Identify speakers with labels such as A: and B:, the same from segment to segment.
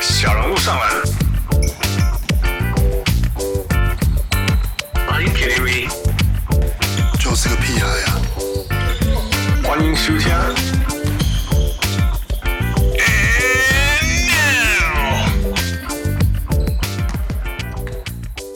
A: 小人物上篮。Are you kidding me？
B: 就是个屁孩啊呀、
A: 欢迎收听。And now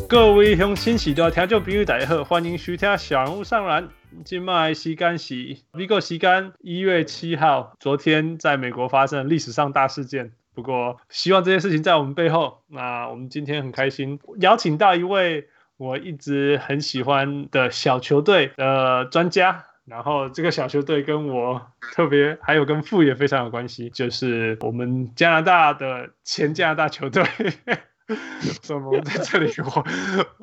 C: 各位乡亲时代听众朋友大家好，欢迎收听小人物上篮。今麦时间是美国时间一月七号，昨天在美国发生了历史上大事件。不过，希望这件事情在我们背后。那我们今天很开心，邀请到一位我一直很喜欢的小球队的专家。然后这个小球队跟我特别，还有跟富也非常有关系，就是我们加拿大的前加拿大球队。 所以我们在这里我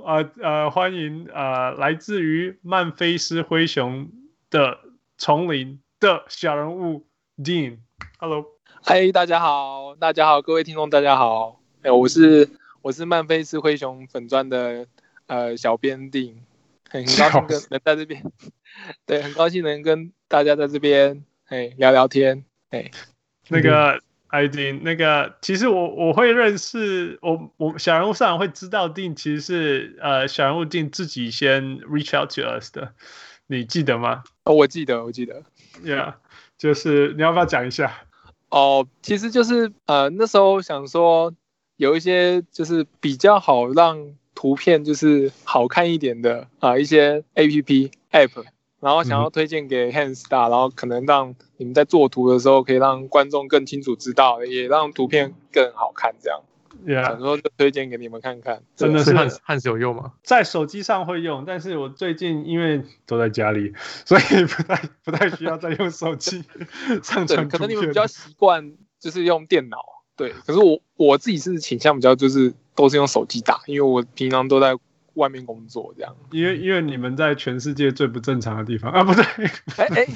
C: 呃呃欢迎呃来自于曼菲斯灰熊的丛林的小人物 Dean。Hello，
D: 嗨，大家好，大家好，各位听众，大家好。哎、我是我是曼菲斯灰熊粉砖的呃小编定，很很高兴跟能在这边，对，很高兴能跟大家在这边哎聊聊天。
C: 那
E: 嗯
C: 个 ID，那个其实我我会认识我我小人物上会知道 Dean，其实是呃小人物 Dean 自己先 reach out to us 的，你记得吗
D: 哦，我记得，我记得。
C: ？Yeah，就是你要不要讲一下？
D: 哦，其实就是呃那时候想说有一些就是比较好让图片就是好看一点的啊、一些 A P P App，然后
C: 嗯
D: 想要推荐给 Hands 大、然后可能让你们在做图的时候可以让观众更清楚知道，也让图片更好看这样。想
C: Yeah，
D: 说就推荐给你们看看，
C: 啊真的是
E: 所以汉汉斯有用吗？
C: 在手机上会用，但是我最近因为都在家里，所以不太不太需要再用手机上
D: 对，
C: 传
D: 可
C: 图
D: 能你
C: 片。
D: 们比较习惯就是用电脑，对。可是我我自己是倾向比较就是都是用手机打，因为我平常都在外面工作这样。
C: 因为因为你们在全世界最不正常的地方啊，不对，
D: 哎哎，
E: 对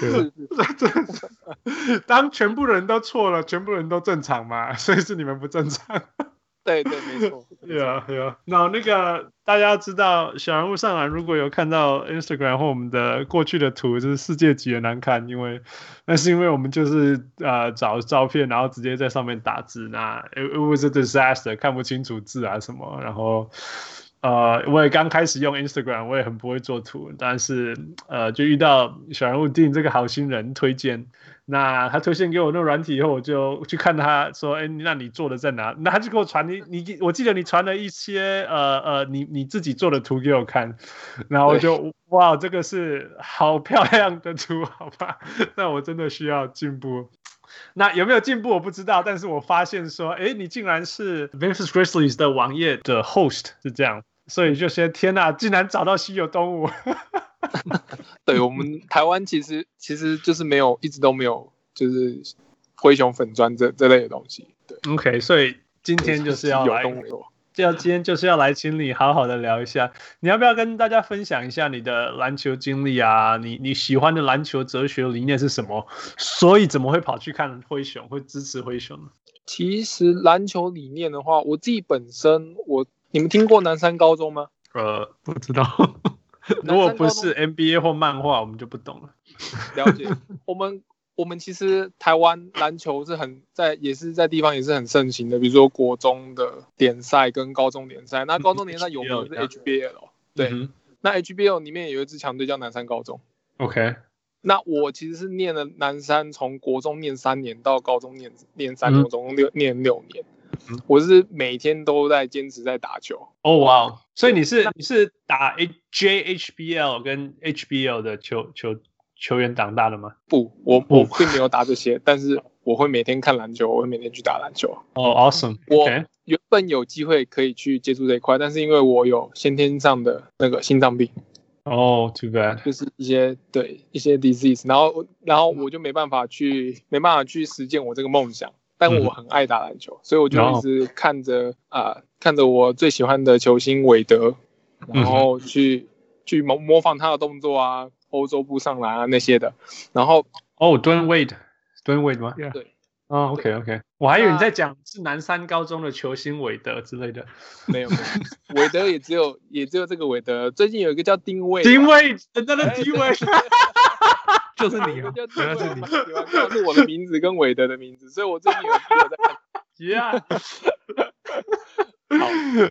D: 是是，
C: 当全部人都错了，全部人都正常嘛， 所以是你们不正常。
D: 对对，没错。
C: 对啊，对啊。那那个大家知道，小人物上篮如果有看到 Instagram 或我们的过去的图，就是世界级的难看，因为那是因为我们就是呃找照片，然后直接在上面打字，那 it, it was a disaster，看不清楚字啊什么，然后。呃，我也刚开始用 Instagram，我也很不会做图，但是呃，就遇到小人物定这个好心人推荐，那他推荐给我那个软体以后，我就去看他说，哎，那你做的在哪？那他就给我传你你，我记得你传了一些呃呃，你你自己做的图给我看，然后我就哇，这个是好漂亮的图，好吧？那我真的需要进步。那有没有进步我不知道，但是我发现说，哎，你竟然是 Memphis Grizzlies 的网页的 host 是这样，所以就觉得天呐，竟然找到稀有动物。
D: 对我们台湾其实其实就是没有，一直都没有就是灰熊粉砖这这类的东西。对，
C: OK，所以今天就是要
D: 有
C: 来
D: 动作。
C: 要今天就是要来请你好好的聊一下，你要不要跟大家分享一下你的篮球经历啊？你你喜欢的篮球哲学理念是什么？所以怎么会跑去看灰熊，会支持灰熊呢？
D: 其实篮球理念的话，我自己本身我你们听过南山高中吗？
C: 呃，
E: 不知 道，
C: 如果不是 NBA 或漫画，我们就不懂了。
D: 了解，我们我们其实台湾篮球是很在，也是在地方也是很盛行的，比如说国中的联赛跟高中联赛。那高中联赛有名的是 HBL，对
C: 嗯
D: 那 HBL 里面有一支强队叫南山高中。
C: 哼，OK，
D: 那我其实是念了南山，从国中念三年到高中念念三年，
C: 嗯
D: 我总共六念六年
C: 嗯。
D: 我是每天都在坚持在打球，
C: 哦哇，所以你是你是打 H JHBL 跟 HBL 的球球球员长大的吗？
D: 不，我
C: 不
D: 我并没有打这些，但是我会每天看篮球，我会每天去打篮球。
C: 哦，awesome，
D: 我
C: OK
D: 原本有机会可以去接触这一块，但是因为我有先天上的那个心脏病，
C: 哦、t o o bad，
D: 就是一些对一些 disease，然后我然后我就没办法去没办法去实践我这个梦想，但
E: 嗯
D: 我很爱打篮球，所以我就
C: 然后
D: 一直看着啊、看着我最喜欢的球星韦德，
E: 嗯
D: 然后去、去模模仿他的动作啊，欧洲步上篮啊那些的，然后
C: 哦、d w a n Wade，Dwayne Wade 吗？
E: Yeah
D: 对，
C: 哦，OK OK，我还以为你在讲是南山高中的球星韦德之类的。
D: 没有，没有，韦德也只有也只有这个韦德。最近有一个叫丁位，
C: 丁位，真的丁位，
E: 哎 就是你
D: 有
C: 啊
E: 哦
D: 一个叫，
E: 原来是
D: 丁
E: 你
D: 位，。告诉我的名字跟韦德的名字，所以我最近有有在 看。
C: Yeah，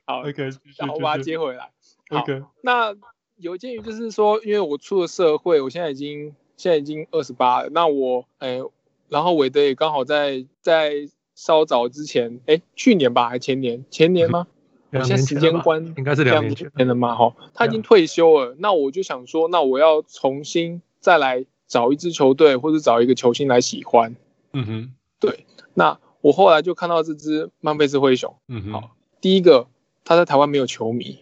D: 好，
C: OK，继续
D: 然后把它
C: 继续
D: 接回来。好
C: ，OK，
D: 那有鉴于就是说，因为我出了社会，我现在已经现在已经二十八了，那我哎，然后韦德也刚好在在稍早之前，哎，去年吧，还前年，前年吗？我
E: 两
D: 现在
E: 年
D: 时
E: 前
D: 间
E: 了吧啊
D: 观
E: 应该是两年前。
D: 了嘛，哈，他已经退休了，那我就想说，那我要重新再来找一支球队，或者找一个球星来喜欢。
C: 嗯哼，
D: 那我后来就看到这支曼菲斯灰熊，
C: 嗯哼，好，
D: 第一个，他在台湾没有球迷，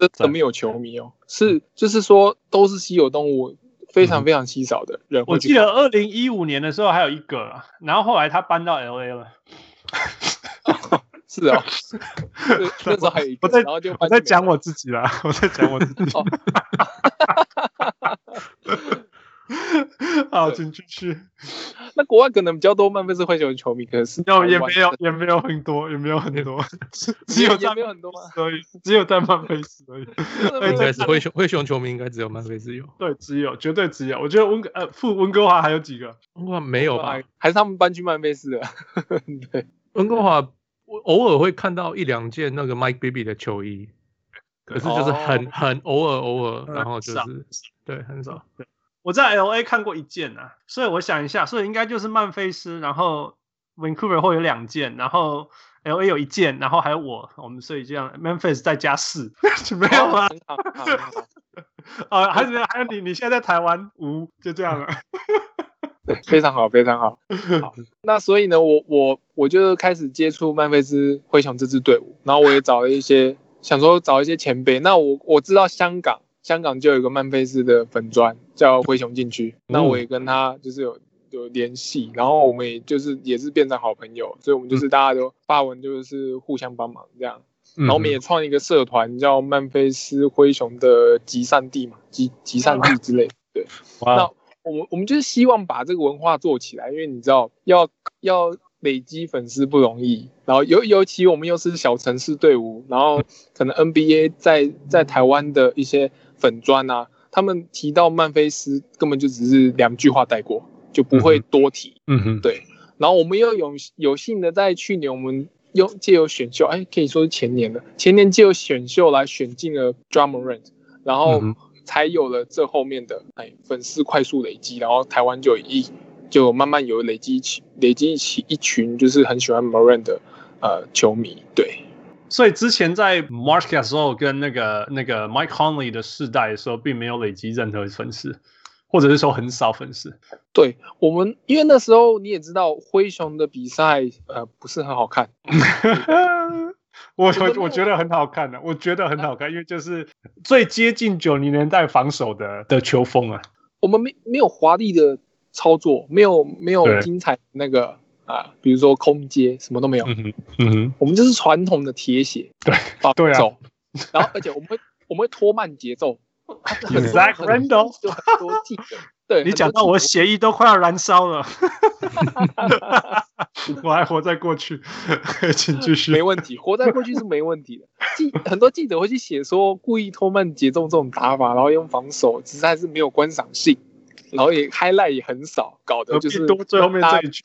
D: 真的没有球迷哦，是就是说都是稀有动物，非常非常稀少的人
C: 嗯我
D: 会
C: 记
D: 去
C: 得
D: 看。
C: 二零一五年的时候还有一个啦，然后后来他搬到 LA 了。
D: 是哦，对那时候还有一
C: 我
D: 个，
C: 在
D: 然后就搬
C: 我在
D: 去美
C: 讲
D: 国
C: 我自己啦，我在讲我自己。 好，请继续。
D: 那国外可能比较多曼菲斯灰熊的球迷，可是
C: 有
D: 台
C: 也
D: 湾
C: 没 有也没有很多，也没有很多， 只
D: 也
C: 有
D: 也
C: 在
D: 没有很 多吗？
C: 所以只有在曼菲斯而已。 哎
D: 真
E: 应
D: 的没
E: 该
D: 有
E: 是灰熊灰熊球迷应该只有曼菲斯有，
C: 对，只有绝对只有。我觉得温哥呃，附温哥华还有几个？
E: 哇，没有吧？
D: 啊还是他们搬去曼菲斯了？对，
E: 温哥华，我偶尔会看到一两件那个 Mike Bibby 的球衣，可是就是很、
D: 哦
E: 很偶尔偶尔，
D: 呃
C: 嗯
E: 然后就
C: 少
E: 是对很
D: 嗯
E: 少。
C: 我在 L A 看过一件啊，所以我想一下，所以应该就是曼菲斯，然后 Vancouver 会有两件，然后 L A 有一件，然后还有我，我们所以这样 Memphis 再加 四，没有啊？
D: 很好，很好，很好，
C: 啊，还有还有你，你现在在台湾，无、就这样了。
D: 对，非常好，非常好。好，那所以呢，我我我就开始接触曼菲斯灰熊这支队伍，然后我也找了一些想说找一些前辈。那我我知道香港，香港就有一个曼菲斯的粉砖叫灰熊禁区，那我也跟他就是有有联系，然后我们也就是也是变成好朋友，所以我们就是大家都发文就是互相帮忙这样。然后我们也创一个社团叫曼菲斯灰熊的集散地嘛，集集散地之类的。对，那我们我们就是希望把这个文化做起来，因为你知道要要累积粉丝不容易，然后尤尤其我们又是小城市队伍，然后可能 NBA 在在台湾的一些粉砖啊，他们提到曼菲斯根本就只是两句话带过，就不会多提。
E: 嗯哼，
D: 然后我们又有有幸的在去年我们用借由选秀，哎，可以说是前年了，前年借由选秀来选进了 Drummerant，然后
E: 嗯哼
D: 才有了这后面的哎粉丝快速累积，然后台湾就有一就慢慢有累积起累积起一群就是很喜欢 m o r a n 的呃球迷，对，
C: 所以之前在 Mark Gasol 跟那个那个 Mike Conley 的世代的时候，并没有累积任何粉丝，或者是说很少粉 丝。
D: 对我们，因为那时候你也知道灰熊的比赛呃不是很好看，
C: 我我我觉得很好看啊的、我觉得很好看，因为就是最接近九零年代防守的的球风啊。
D: 我们没没有华丽的操作，没有没有
C: 对
D: 精彩的那个啊，比如说空接什么都没有，
C: 嗯哼，嗯哼，
D: 我们就是传统的铁血，
C: 对
D: 防
C: 对啊
D: 守，然后而且我们会我们会拖慢节奏
C: Zach
D: 很
C: Randle
D: 就很多技能，对，
C: 你讲到我血液都快要燃烧 了， 我还活在过去，请继
D: 没
C: 续。
D: 问题，活在过去是没问题的。记很多记者会去写说故意拖慢节奏这种打法，然后用防守，实在是没有观赏性，然后也 highlight 也很少，搞得
C: 何
D: 就
C: 必
D: 是
C: 多最后面这一句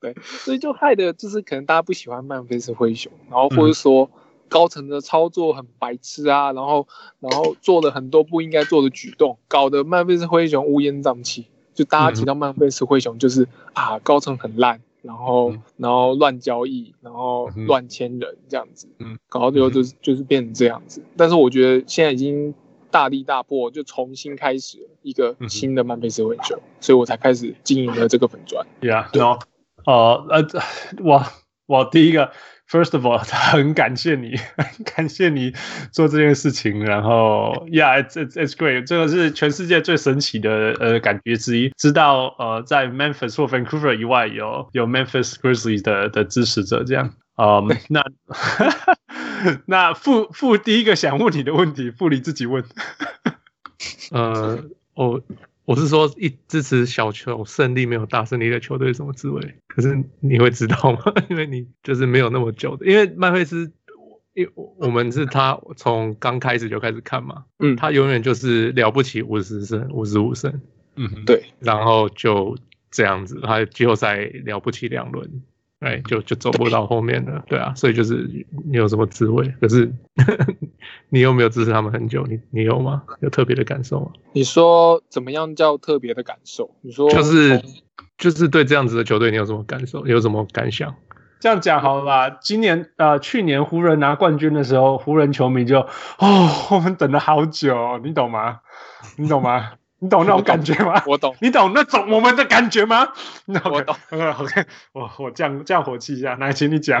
C: 呢？
D: 所以就害得就是可能大家不喜欢曼菲斯灰熊，然
E: 嗯
D: 后或者说高层的操作很白痴啊，然后然后做了很多不应该做的举动，搞得曼菲斯灰熊乌烟瘴气。就大家
E: 嗯
D: 提到曼菲斯灰熊，就是、啊高层很烂，然后、
E: 嗯
D: 然后乱交易，然后
E: 嗯哼
D: 乱签人这样子，
E: 嗯，
D: 搞到最后就是、就是变成这样子。但是我觉得现在已经大力大破，就重新开始了一个
E: 嗯哼
D: 新的曼菲斯灰熊，所以我才开始经营了这个粉砖。
C: Yeah, no. Uh, 哦，呃，我我第一个，first of all，很感谢你， 很感谢你做这件事情。然后，Yeah, it's it's it's great。这个是全世界最神奇的呃感觉之一，知道呃在 Memphis 或 Vancouver 以外有有 Memphis Grizzlies 的的支持者这样。嗯，那 那傅傅第一个想问你的问题，傅你自己问。
E: 呃，我我是说一支持小球胜利没有大胜利的球队是什么滋味？可是你会知道吗？ 因为你就是没有那么久的，因为麦惠斯，因为我我们是他从刚开始就开始看嘛，
D: 嗯，
E: 他永远就是了不起五十胜、五十五胜，
C: 嗯哼，
D: 对
E: 然后就这样子，他季后赛了不起两轮，哎，就就走不到后面了，对啊，所以就是你有什么滋味？可是 你有没有支持他们很久？你你有吗？有特别的感受吗？
D: 你说怎么样叫特别的感受？你说哦
E: 就是就是对这样子的球队，你有什么感受？有什么感想？
C: 这样讲好了啦。今年呃，去年湖人拿冠军的时候，湖人球迷就哦，我们等了好久哦，你懂吗？你懂吗？你懂那种感觉吗？
D: 我懂，
C: 你懂那种我们的感觉吗？那 OK，
D: 我懂
C: OK OK，我我降降火气一下，来，请你讲。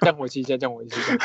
D: 降火气一下，降火气一下。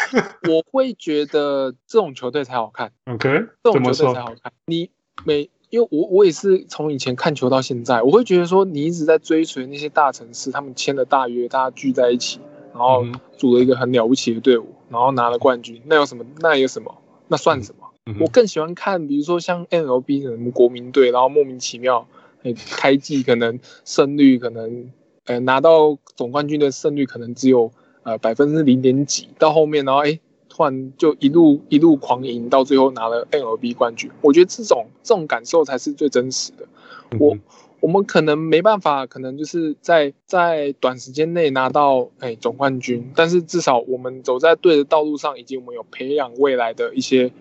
D: 我会觉得这种球队才好看，
C: OK，
D: 这
C: 怎
D: 种
C: 么
D: 球队才
C: 说？
D: 好看。你每因为我我也是从以前看球到现在，我会觉得说你一直在追随那些大城市，他们签了大约，大家聚在一起，然后
C: 嗯
D: 组了一个很了不起的队伍，然后拿了冠军，那有什么？那有什么？那算什么？
C: 嗯
D: 我更喜欢看，比如说像 MLB 的什么国民队，然后莫名其妙，哎，开季可能胜率可能，呃，拿到总冠军的胜率可能只有呃百分之零点几，到后面然后哎，突然就一路一路狂赢，到最后拿了 MLB 冠军。我觉得这种这种感受才是最真实的。
C: 嗯
D: 我我们可能没办法，可能就是在在短时间内拿到哎总冠军，但是至少我们走在对的道路上，以及我们有培养未来的一些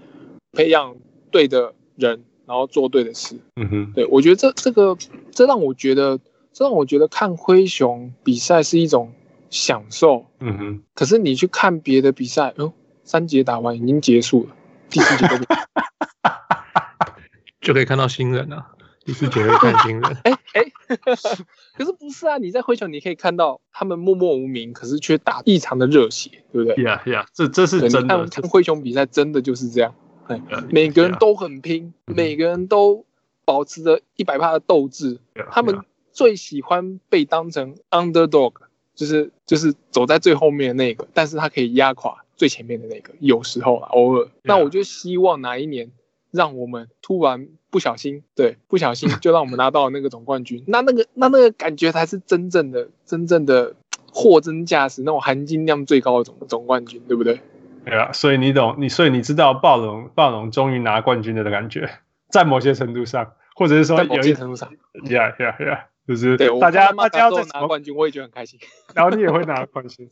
D: 培养对的人，然后做对的事。
C: 嗯哼，
D: 对我觉得这这个这让我觉得这让我觉得看灰熊比赛是一种享受，
C: 嗯哼，
D: 可是你去看别的比赛，哦，三节打完已经结束了，第四节都没打。
E: 就可以看到新人啊，第四节会看新人
D: 哎哎，可是不是啊？你在灰熊你可以看到他们默默无名，可是却打异常的热血，对不对？
C: 呀呀，这这是
D: 对
C: 真
D: 你
C: 的，
D: 看
C: 这
D: 看
C: 是
D: 灰熊比赛真的就是这样，
C: 真的
D: 每个人
C: Yeah
D: 都很拼，
C: 嗯
D: 每个人都保持着一百帕的斗志，
C: Yeah，
D: 他们
C: yeah
D: 最喜欢被当成 underdog，就是就是走在最后面的那个，但是他可以压垮最前面的那个。有时候啊，偶尔。那我就希望哪一年让我们突然不小心，对，不小心就让我们拿到那个总冠军。 那那个那那个感觉才是真正的真正的货真价实，那种含金量最高的总总冠军，对不对？
C: 对啊，所以你懂你，所以你知道暴龙暴龙终于拿冠军的感觉，在某些程度上，或者是说
D: 在某
C: 有
D: 些
C: 一
D: 程度上，
C: 呀呀呀，就是
D: 对我
C: 大家
D: 看到
C: 大家要
D: 马
C: 在
D: 斯洛
C: 什
D: 拿
C: 么
D: 冠军，我也觉得很开 心。
C: 然后你也会拿冠军。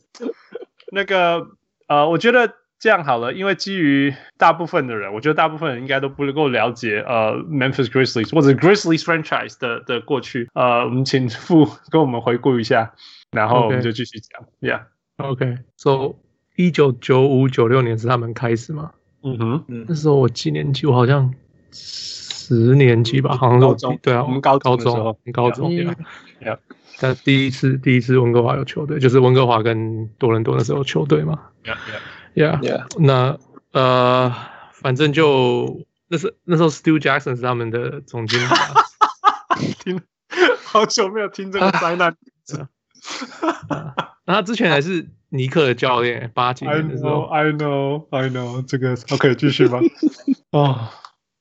C: 那个呃，我觉得这样好了，因为基于大部分的人，我觉得大部分人应该都不能够了解呃 Memphis Grizzlies 或者 Grizzlies franchise 的的过去。呃，我们请傅跟我们回顾一下，然后
E: OK
C: 我们就继续讲。Yeah，
E: OK，so 一九九五九六年是他们开始嘛？
C: 嗯哼，
E: 那时候我几年级？我好像十年级吧，好像是我
C: 高中
E: 对啊，
C: 我们高中
E: 高
C: 的时候
E: 中高中
D: 嗯
E: 对啊
C: Yeah。
E: 但第一次第一次温哥华有球队，就是温哥华跟多伦多那时候有球队嘛。Yeah，
D: Yeah，
E: 那呃，反正就那时那时候 Stu Jackson 是他们的总经理啊、
C: 好久没有听这个灾难。
E: 啊，那他之前还是尼克的教练，八几
C: I
E: 年的时
C: know,
E: 候
C: I know, I know。这个 OK，继续吧。哦，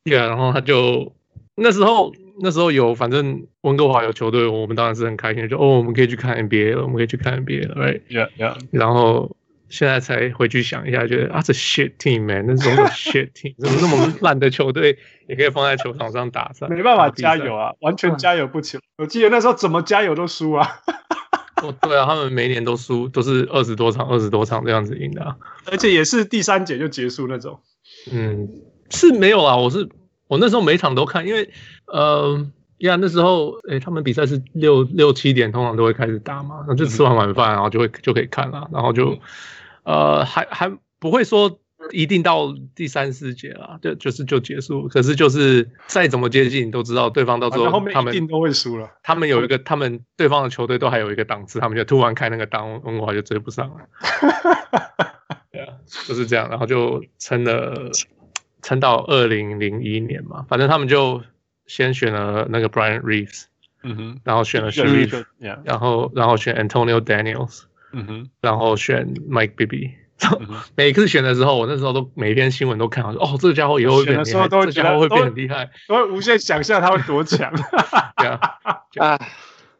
E: 对啊，然后他就那时候那时候有，反正温哥华有球队，我们当然是很开心的，就哦，我们可以去看 NBA 了，我们可以去看 NBA 了，right？
C: Yeah, yeah。
E: 然后现在才回去想一下，觉得啊，这 shit team man，那种 shit team，怎么那么烂的球队也可以放在球场上打 赛？
C: 没办法
E: 打比赛
C: 加油！啊，完全加油不起来。我记得那时候怎么加油都输啊，
E: 哦，对啊，他们每年都输，都是二十多场、二十多场这样子赢的、啊。
C: 而且也是第三节就结束那种。
E: 嗯，是没有啊，我是我那时候每场都看，因为呃呀那时候诶、他们比赛是六六七点通常都会开始打嘛，然后就吃完晚饭
C: 嗯
E: 然后就会就可以看了，然后就呃还还不会说一定到第三四节啦，就就是就结束，可是就是再怎么接近都知道对方到
C: 反
E: 最后
C: 正后面
E: 他
C: 一
E: 们
C: 定都会输了。
E: 他们有一个，他们对方的球队都还有一个档次，他们就突然开那个档，文华就追不 上了。对啊，就是这样，然后就撑了，撑到二零零一年嘛，反正他们就先选了那个 Brian Reeves，
C: 嗯哼，
E: 然后选了
C: 选了一
E: Sharif，
C: 个，yeah，
E: 然后然后选 Antonio Daniels，
C: 嗯哼，
E: 然后选 Mike Bibby，
C: 嗯
E: 每次选的时候，我那时候都每篇新闻都看，我说哦，这个家伙以后会变很厉
C: 选的时候
E: 害，
C: 都会
E: 这
C: 觉
E: 家
C: 得
E: 伙会变很厉害，
C: 我会无限想象他会多强。
E: 对啊。
D: 啊，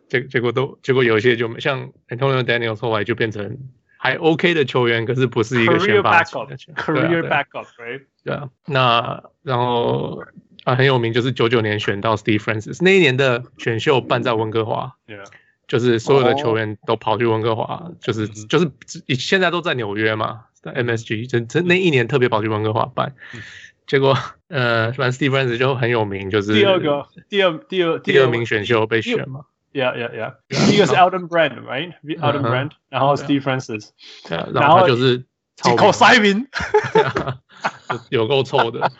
E: 结结果都结果有一些就没像 Antonio Daniels 后来就变成还 OK 的球员，可是不是一个
C: Career
E: 先发球
C: backup,
E: 员。对啊
C: career
E: 对啊
C: backup，right？
E: 对啊，那然后啊很有名就是九九年选到 Steve Francis 那一年的选秀办在温哥华，
C: Yeah，
E: 就是所有的
D: 哦
E: 球员都跑去温哥华，就是
C: 嗯哼
E: 就是现在都在纽约嘛，在 MSG，真真那一年特别跑去温哥华办
C: 嗯，
E: 结果呃反正 Steve Francis 就很有名，就是
C: 第二个，第二第二
E: 第二名选秀啊被
C: 第二
E: 选嘛。
C: ，Yeah Yeah Yeah，第一个是 Alden Brand，right？Alden
E: 嗯哼
C: Brand，然后
E: 对啊
C: Steve Francis，
E: 对啊
C: 然
E: 然后
C: 后
E: 他就是超
C: 几口
E: 名
C: 塞名，
E: 就 有够臭的。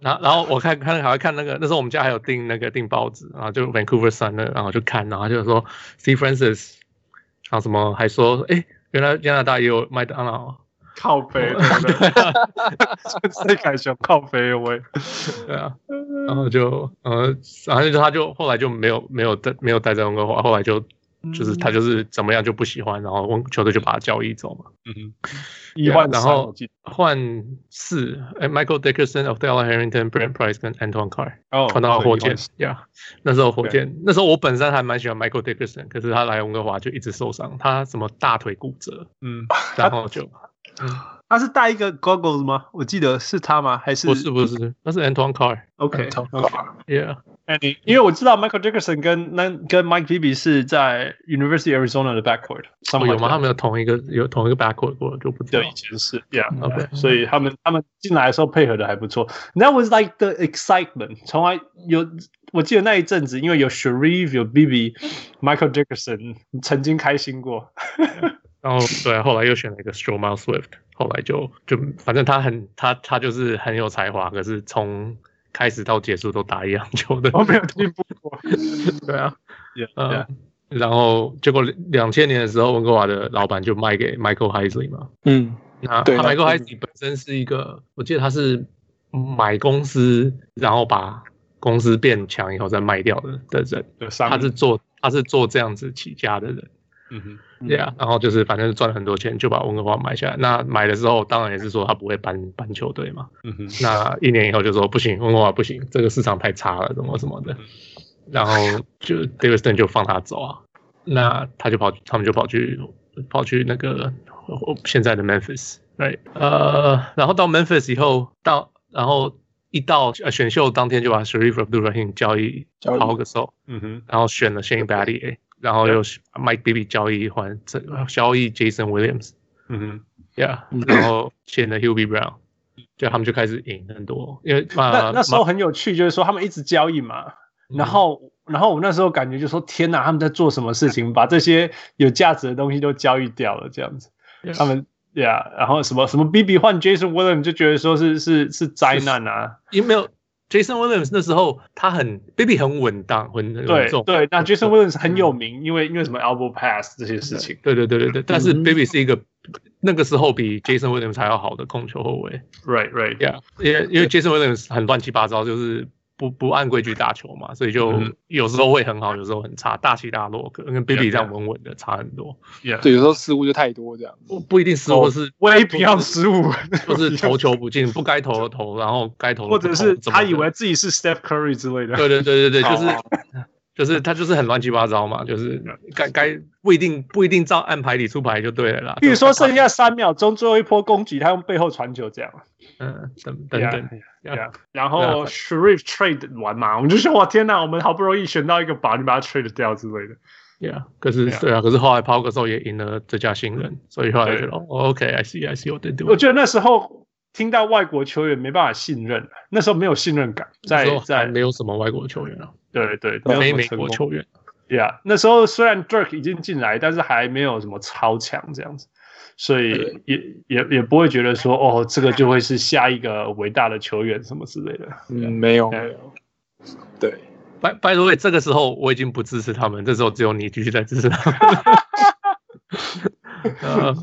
E: 然后，然后我看看还会看那个，那时候我们家还有订那个订报纸，然后就 Vancouver Sun 的，然后就看，然后就说 Steve Francis，然后什么还说，哎，原来加拿大也有麦当劳，
C: 靠 背，对不对？这凯雄靠背，喂，
E: 对啊，然后就呃，然后就他就后来就没有没有在没有待在温哥华，后来就就是他就是怎么样就不喜欢，然后温球队就把他交易走嘛。
C: 一换
E: 嗯
C: 三
E: Yeah，然后
C: 我记得
E: 换四，哎，Michael Dickerson、Odell Harrington、Brent Price 跟 Antoine Carr
C: 哦
E: 传到火
C: 这个一换
E: 箭
C: 三
E: 呀。Yeah，那时候火箭，那时候我本身还蛮喜欢 Michael Dickerson，可是他来温哥华就一直受伤，他什么大腿骨折，
C: 嗯，
E: 然后就
C: 他是戴一个 goggles 吗？我记得是他吗？还是
E: 不是不是，那是 Antoine Carr，yeah。
C: OK OK？
E: Yeah，
C: 因为我知道 Michael Dickerson 跟那跟 Mike Bibby 是在 University Arizona 的 backcourt，
E: 哦有吗？他
C: 们
E: 们有同一个有同一个 backcourt 过，就不知道
C: 对，以。前是 Yeah。
E: OK，
C: 所以他们他们进来的时候配合的还不错。And That was like the excitement，从来有我记得那一阵子，因为有 Sharif、有 Bibi、Michael Dickerson 曾经开心 过。
E: 然后对，啊后来又选了一个 Stromal Swift，后来就就反正他很他他就是很有才华，可是从开始到结束都打一样球的。
C: 我没有进步过。
E: 对啊，
C: Yeah,
E: 嗯、
C: yeah.
E: 然后结果两千年的时候，温哥华的老板就卖给 Michael Heisley 嘛。
D: 嗯，
E: 那
D: 对
E: 他
D: 那
E: Michael
D: 是
E: Heisley 本身是一个，我记得他是买公司，然后把公司变强以后再卖掉的的人。
C: 对，上
E: 他是做他是做这样子起家的人。
C: 嗯哼
E: 对啊，然后就是反正赚了很多钱，就把温哥华买下来。那买的时候，当然也是说他不会搬搬球队嘛。
C: 嗯哼
E: 那一年以后就说不行，温哥华不行，这个市场太差了，什么什么的。
D: 嗯
E: 然后就 Davidson 就放他走啊，那他就跑，他们就跑去跑去那个现在的 Memphis，right？呃，然后到 Memphis 以后，到然后一到呃选秀当天就把 Sharif Abdul Rahim 交易
D: 交易
E: 好个手，
C: 嗯哼
E: 然后选了 Shane Battier，然后又是 Mike Bibby 交易换这交易 Jason Williams。
C: 嗯哼。
E: Yeah，
D: 嗯
E: 然后签了 Hubie Brown，就他们就开始赢很多，因为
C: 那
E: 啊
C: 那时候很有趣，就是说他们一直交易嘛，
E: 嗯
C: 然后然后我那时候感觉就说天哪，他们在做什么事情，把这些有价值的东西都交易掉了，这样子
E: Yeah.，
C: 他们。对啊，然后什么什么 B B 换 Jason William 就觉得说是是是灾难啊，
E: 因为没有 Jason Williams 那时候他很 Baby 很稳当，很很
C: 对
E: 稳重，
C: 对，那 Jason
E: 对
C: Williams 很有名，因为因为什么 elbow pass 这些事情，
E: 对对对对对，但是
D: 嗯
E: Baby 是一个。那个时候比 Jason Williams 还要好的控球后卫
C: right right，
E: ，Yeah，因为因为 Jason Williams 很乱七八糟，就是不不按规矩打球嘛，所以就
C: 嗯
E: 有时候会很好，有时候很差，大起大落，跟 Baby
C: Yeah，yeah
E: 这样稳稳的差很多。
C: yeah，
D: 对，有时候失误就太多这样。
E: 不不一定失
C: 哦
E: 误是
C: 微不要失误，
E: 就 是投球不进，不该投的投，然后该投的
C: 或者是
E: 不投
C: 他以为，自己是 Steph Curry 之类的，
E: 怎么的对对对对对，就
D: 哦
E: 是 就是他就是很乱七八糟嘛，就是
C: 嗯
E: 该该不一定不一定照按牌理出牌就对了啦。
C: 比如说
E: 就是
C: 剩下三秒钟，最后一波攻击，他用背后传球这样。
E: 嗯等等等，
C: 对
E: Yeah
C: 啊。然
E: 对啊
C: 后 Sharif trade 完嘛，我们就说哇天哪，我们好不容易选到一个宝，你把它 trade 掉之类的。
E: ，Yeah，可是
C: Yeah
E: 对啊，可是后来抛个时候也赢了这家新人，所以后来就
C: 对
E: 哦，OK，I see，I see what they do。
C: 我觉得那时候听到外国球员没办法信任，啊那时候没有信任感，
E: 那时候
C: 在
E: 还
C: 在
E: 没有什么外国球员啊，
C: 对对，没有
E: 非
C: 什么
E: 美
C: 成
E: 国
C: 功。
E: 球员。
C: Yeah，那时候虽然 Dirk 已经进来，但是还没有什么超强这样子，所以也也也不会觉得说哦，这个就会是下一个伟大的球员什么之类的。
E: 哦
D: 嗯，没有，
C: 对
D: 对，
E: 拜拜托，这个时候我已经不支持他们，这时候只有你继续在支持他们。呃，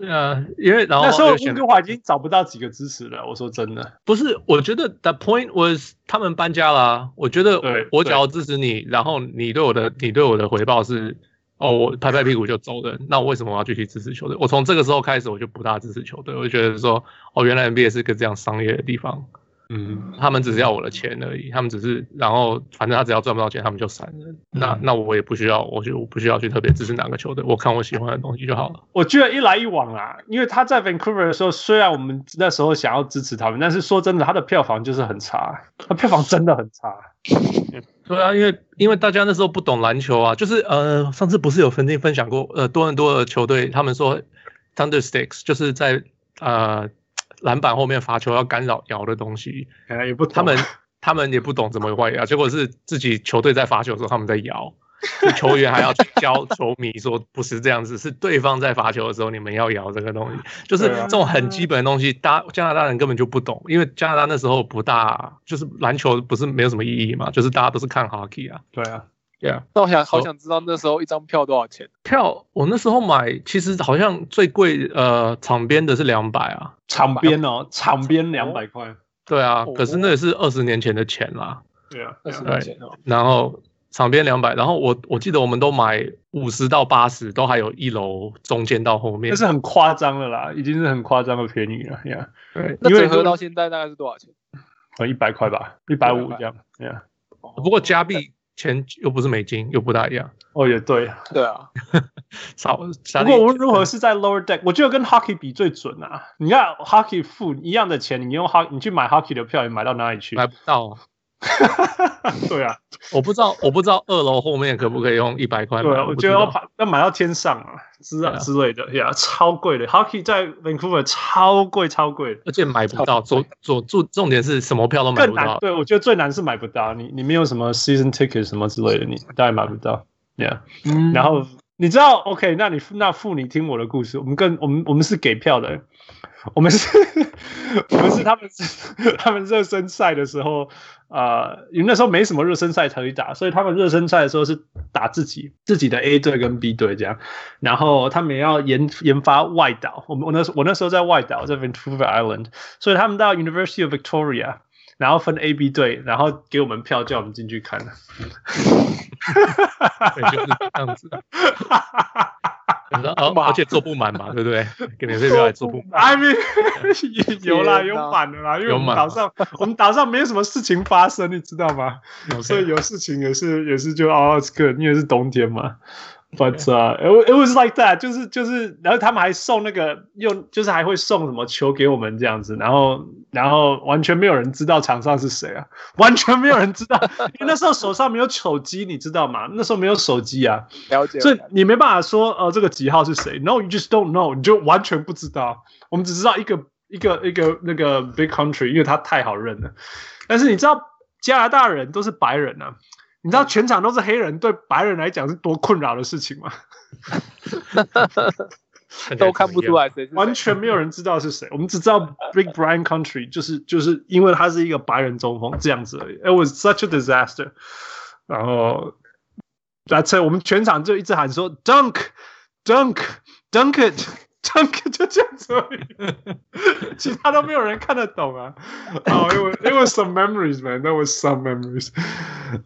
E: 呃，因为然后
C: 那时候
E: 又
C: 温
E: 选
C: 哥华已经找不到几个支持了。我说真的，
E: 不是，我觉得 the point was 他们搬家啦、我觉得
C: 对
E: 我
C: 对
E: 只要支持你，然后你对我的你对我的回报是哦，我拍拍屁股就走人，那我为什么我要继续支持球队？我从这个时候开始，我就不大支持球队，我就觉得说，哦，原来 NBA 是个这样商业的地方，
C: 嗯，
E: 他们只是要我的钱而已，他们只是，然后反正他只要赚不到钱，他们就闪人。那
C: 嗯
E: 那我也不需要，我就我不需要去特别支持哪个球队，我看我喜欢的东西就好了。
C: 我觉得一来一往啦，因为他在 Vancouver 的时候，虽然我们那时候想要支持他们，但是说真的，他的票房就是很差，他票房真的很差。
E: 对啊，因为因为大家那时候不懂篮球啊，就是呃，上次不是有曾经分享过，呃，多伦多的球队他们说 Thunder Sticks 就是在呃篮板后面罚球要干扰摇的东西，
C: 可哎能也不懂
E: 他们他们也不懂怎么会摇，结果是自己球队在罚球的时候他们在摇，就球员还要去 教球迷说不是这样子，是对方在罚球的时候你们要摇这个东西，就是
C: 对啊
E: 这种很基本的东西，大加拿大人根本就不懂，因为加拿大那时候不大，就是篮球不是没有什么意义嘛，就是大家都是看 hockey 啊
C: 对啊，
E: ，yeah。
D: 那我想好
E: 好
D: 想知道那时候一张票多少钱？
E: 票我那时候买，其实好像最贵呃场边的是两百啊，
C: 场边哦，场边两百块。
E: 对啊
D: 哦，
E: 可是那也是二十年前的钱啦。
C: 对啊，
D: 二十
E: 对
D: 年前哦，
E: 然后场边两百，然后我我记得我们都买五十到八十，都还有一楼中间到后面
C: 那。是很夸张的啦，已经是很夸张的便宜了呀，
E: 对，
D: 那
C: 因为
D: 折合
C: 如
D: 到现在大概是多少钱？
C: 哦和一百块吧，一百五
D: 100
C: 这样。Yeah.
E: 不过加币钱又不是美金，又不大一样，
C: 哦，也对。
D: 对啊，
E: 少。
C: 不
E: 不
C: 过无论如何是在 lower deck，我觉得跟 hockey 比最准啊。你看 hockey 付一样的钱，你用 hockey 你去买 hockey 的票，你买到哪里去？
E: 买不到，
C: 对啊，
E: 我不知道，我不知道二楼后面可不可以用一百块买。
C: 对啊，我
E: 不
C: 觉得
E: 知道
C: 要买要买到天上啊，之啊
E: 对啊
C: 之类的呀超贵的。hockey 在 Vancouver 超贵超贵的，
E: 而且买不到，左左重重点是什么票都买
C: 更
E: 不
C: 难。
E: 到。
C: 对，我觉得最难是买不到，你你没有什么 season ticket 什么之类的，你大概买不到。Yeah，、
D: 嗯
C: 然后你知道，OK，那你那付你听我的故事，我们跟我们我们是给票的，我们是，我们是他们 他们热身赛的时候，呃，因为那时候没什么热身赛可以打，所以他们热身赛的时候是打自己自己的 A 队跟 B 队这样，然后他们也要研研发外岛，我们我那时我那时候在外岛在 Vancouver Island，所以他们到 University of Victoria。然后分 A、B 队，然后给我们票，叫我们进去看。
E: 对，就是这 样子。你知道而而且坐不满嘛，对不对？给免费票也坐不满。
C: I mean，有啦，
D: 天
C: 有
D: 哪
C: 满的啦，因为我
E: 有
C: 们
E: 满
C: 岛上我们岛上没有什么事情发生，你知道吗？
E: OK
C: 所以有事情也是也是就哦，it's good，因为是冬天嘛。But、uh, it wa- it was like that，就是就是，然后他们还送那个用，就是还会送什么球给我们这样子，然后然后完全没有人知道场上是谁啊，完全没有人知道，因为那时候手上没有手机，你知道吗？那时候没有手机啊，
D: 了解。
C: 所以你没办法说呃这个几号是谁，no you just don't know，你就完全不知道。我们只知道一个一个一个那个 big country，因为它太好认了。但是你知道加拿大人都是白人啊，你知道全场都是黑人，对白人来讲是多困扰的事情吗？
E: 看起来
D: 都看不出来谁是谁
C: 完全没有人知道是谁，我们只知道 Big Brian Country，就是就是因为他是一个白人中锋这样子而已。It was such a disaster。然后，That's it，我们全场就一直喊说 Dunk Dunk Dunk it Dunk，it，就这样子而已，其他都没有人看得懂啊。哦、i t was it was some memories man, that was some memories.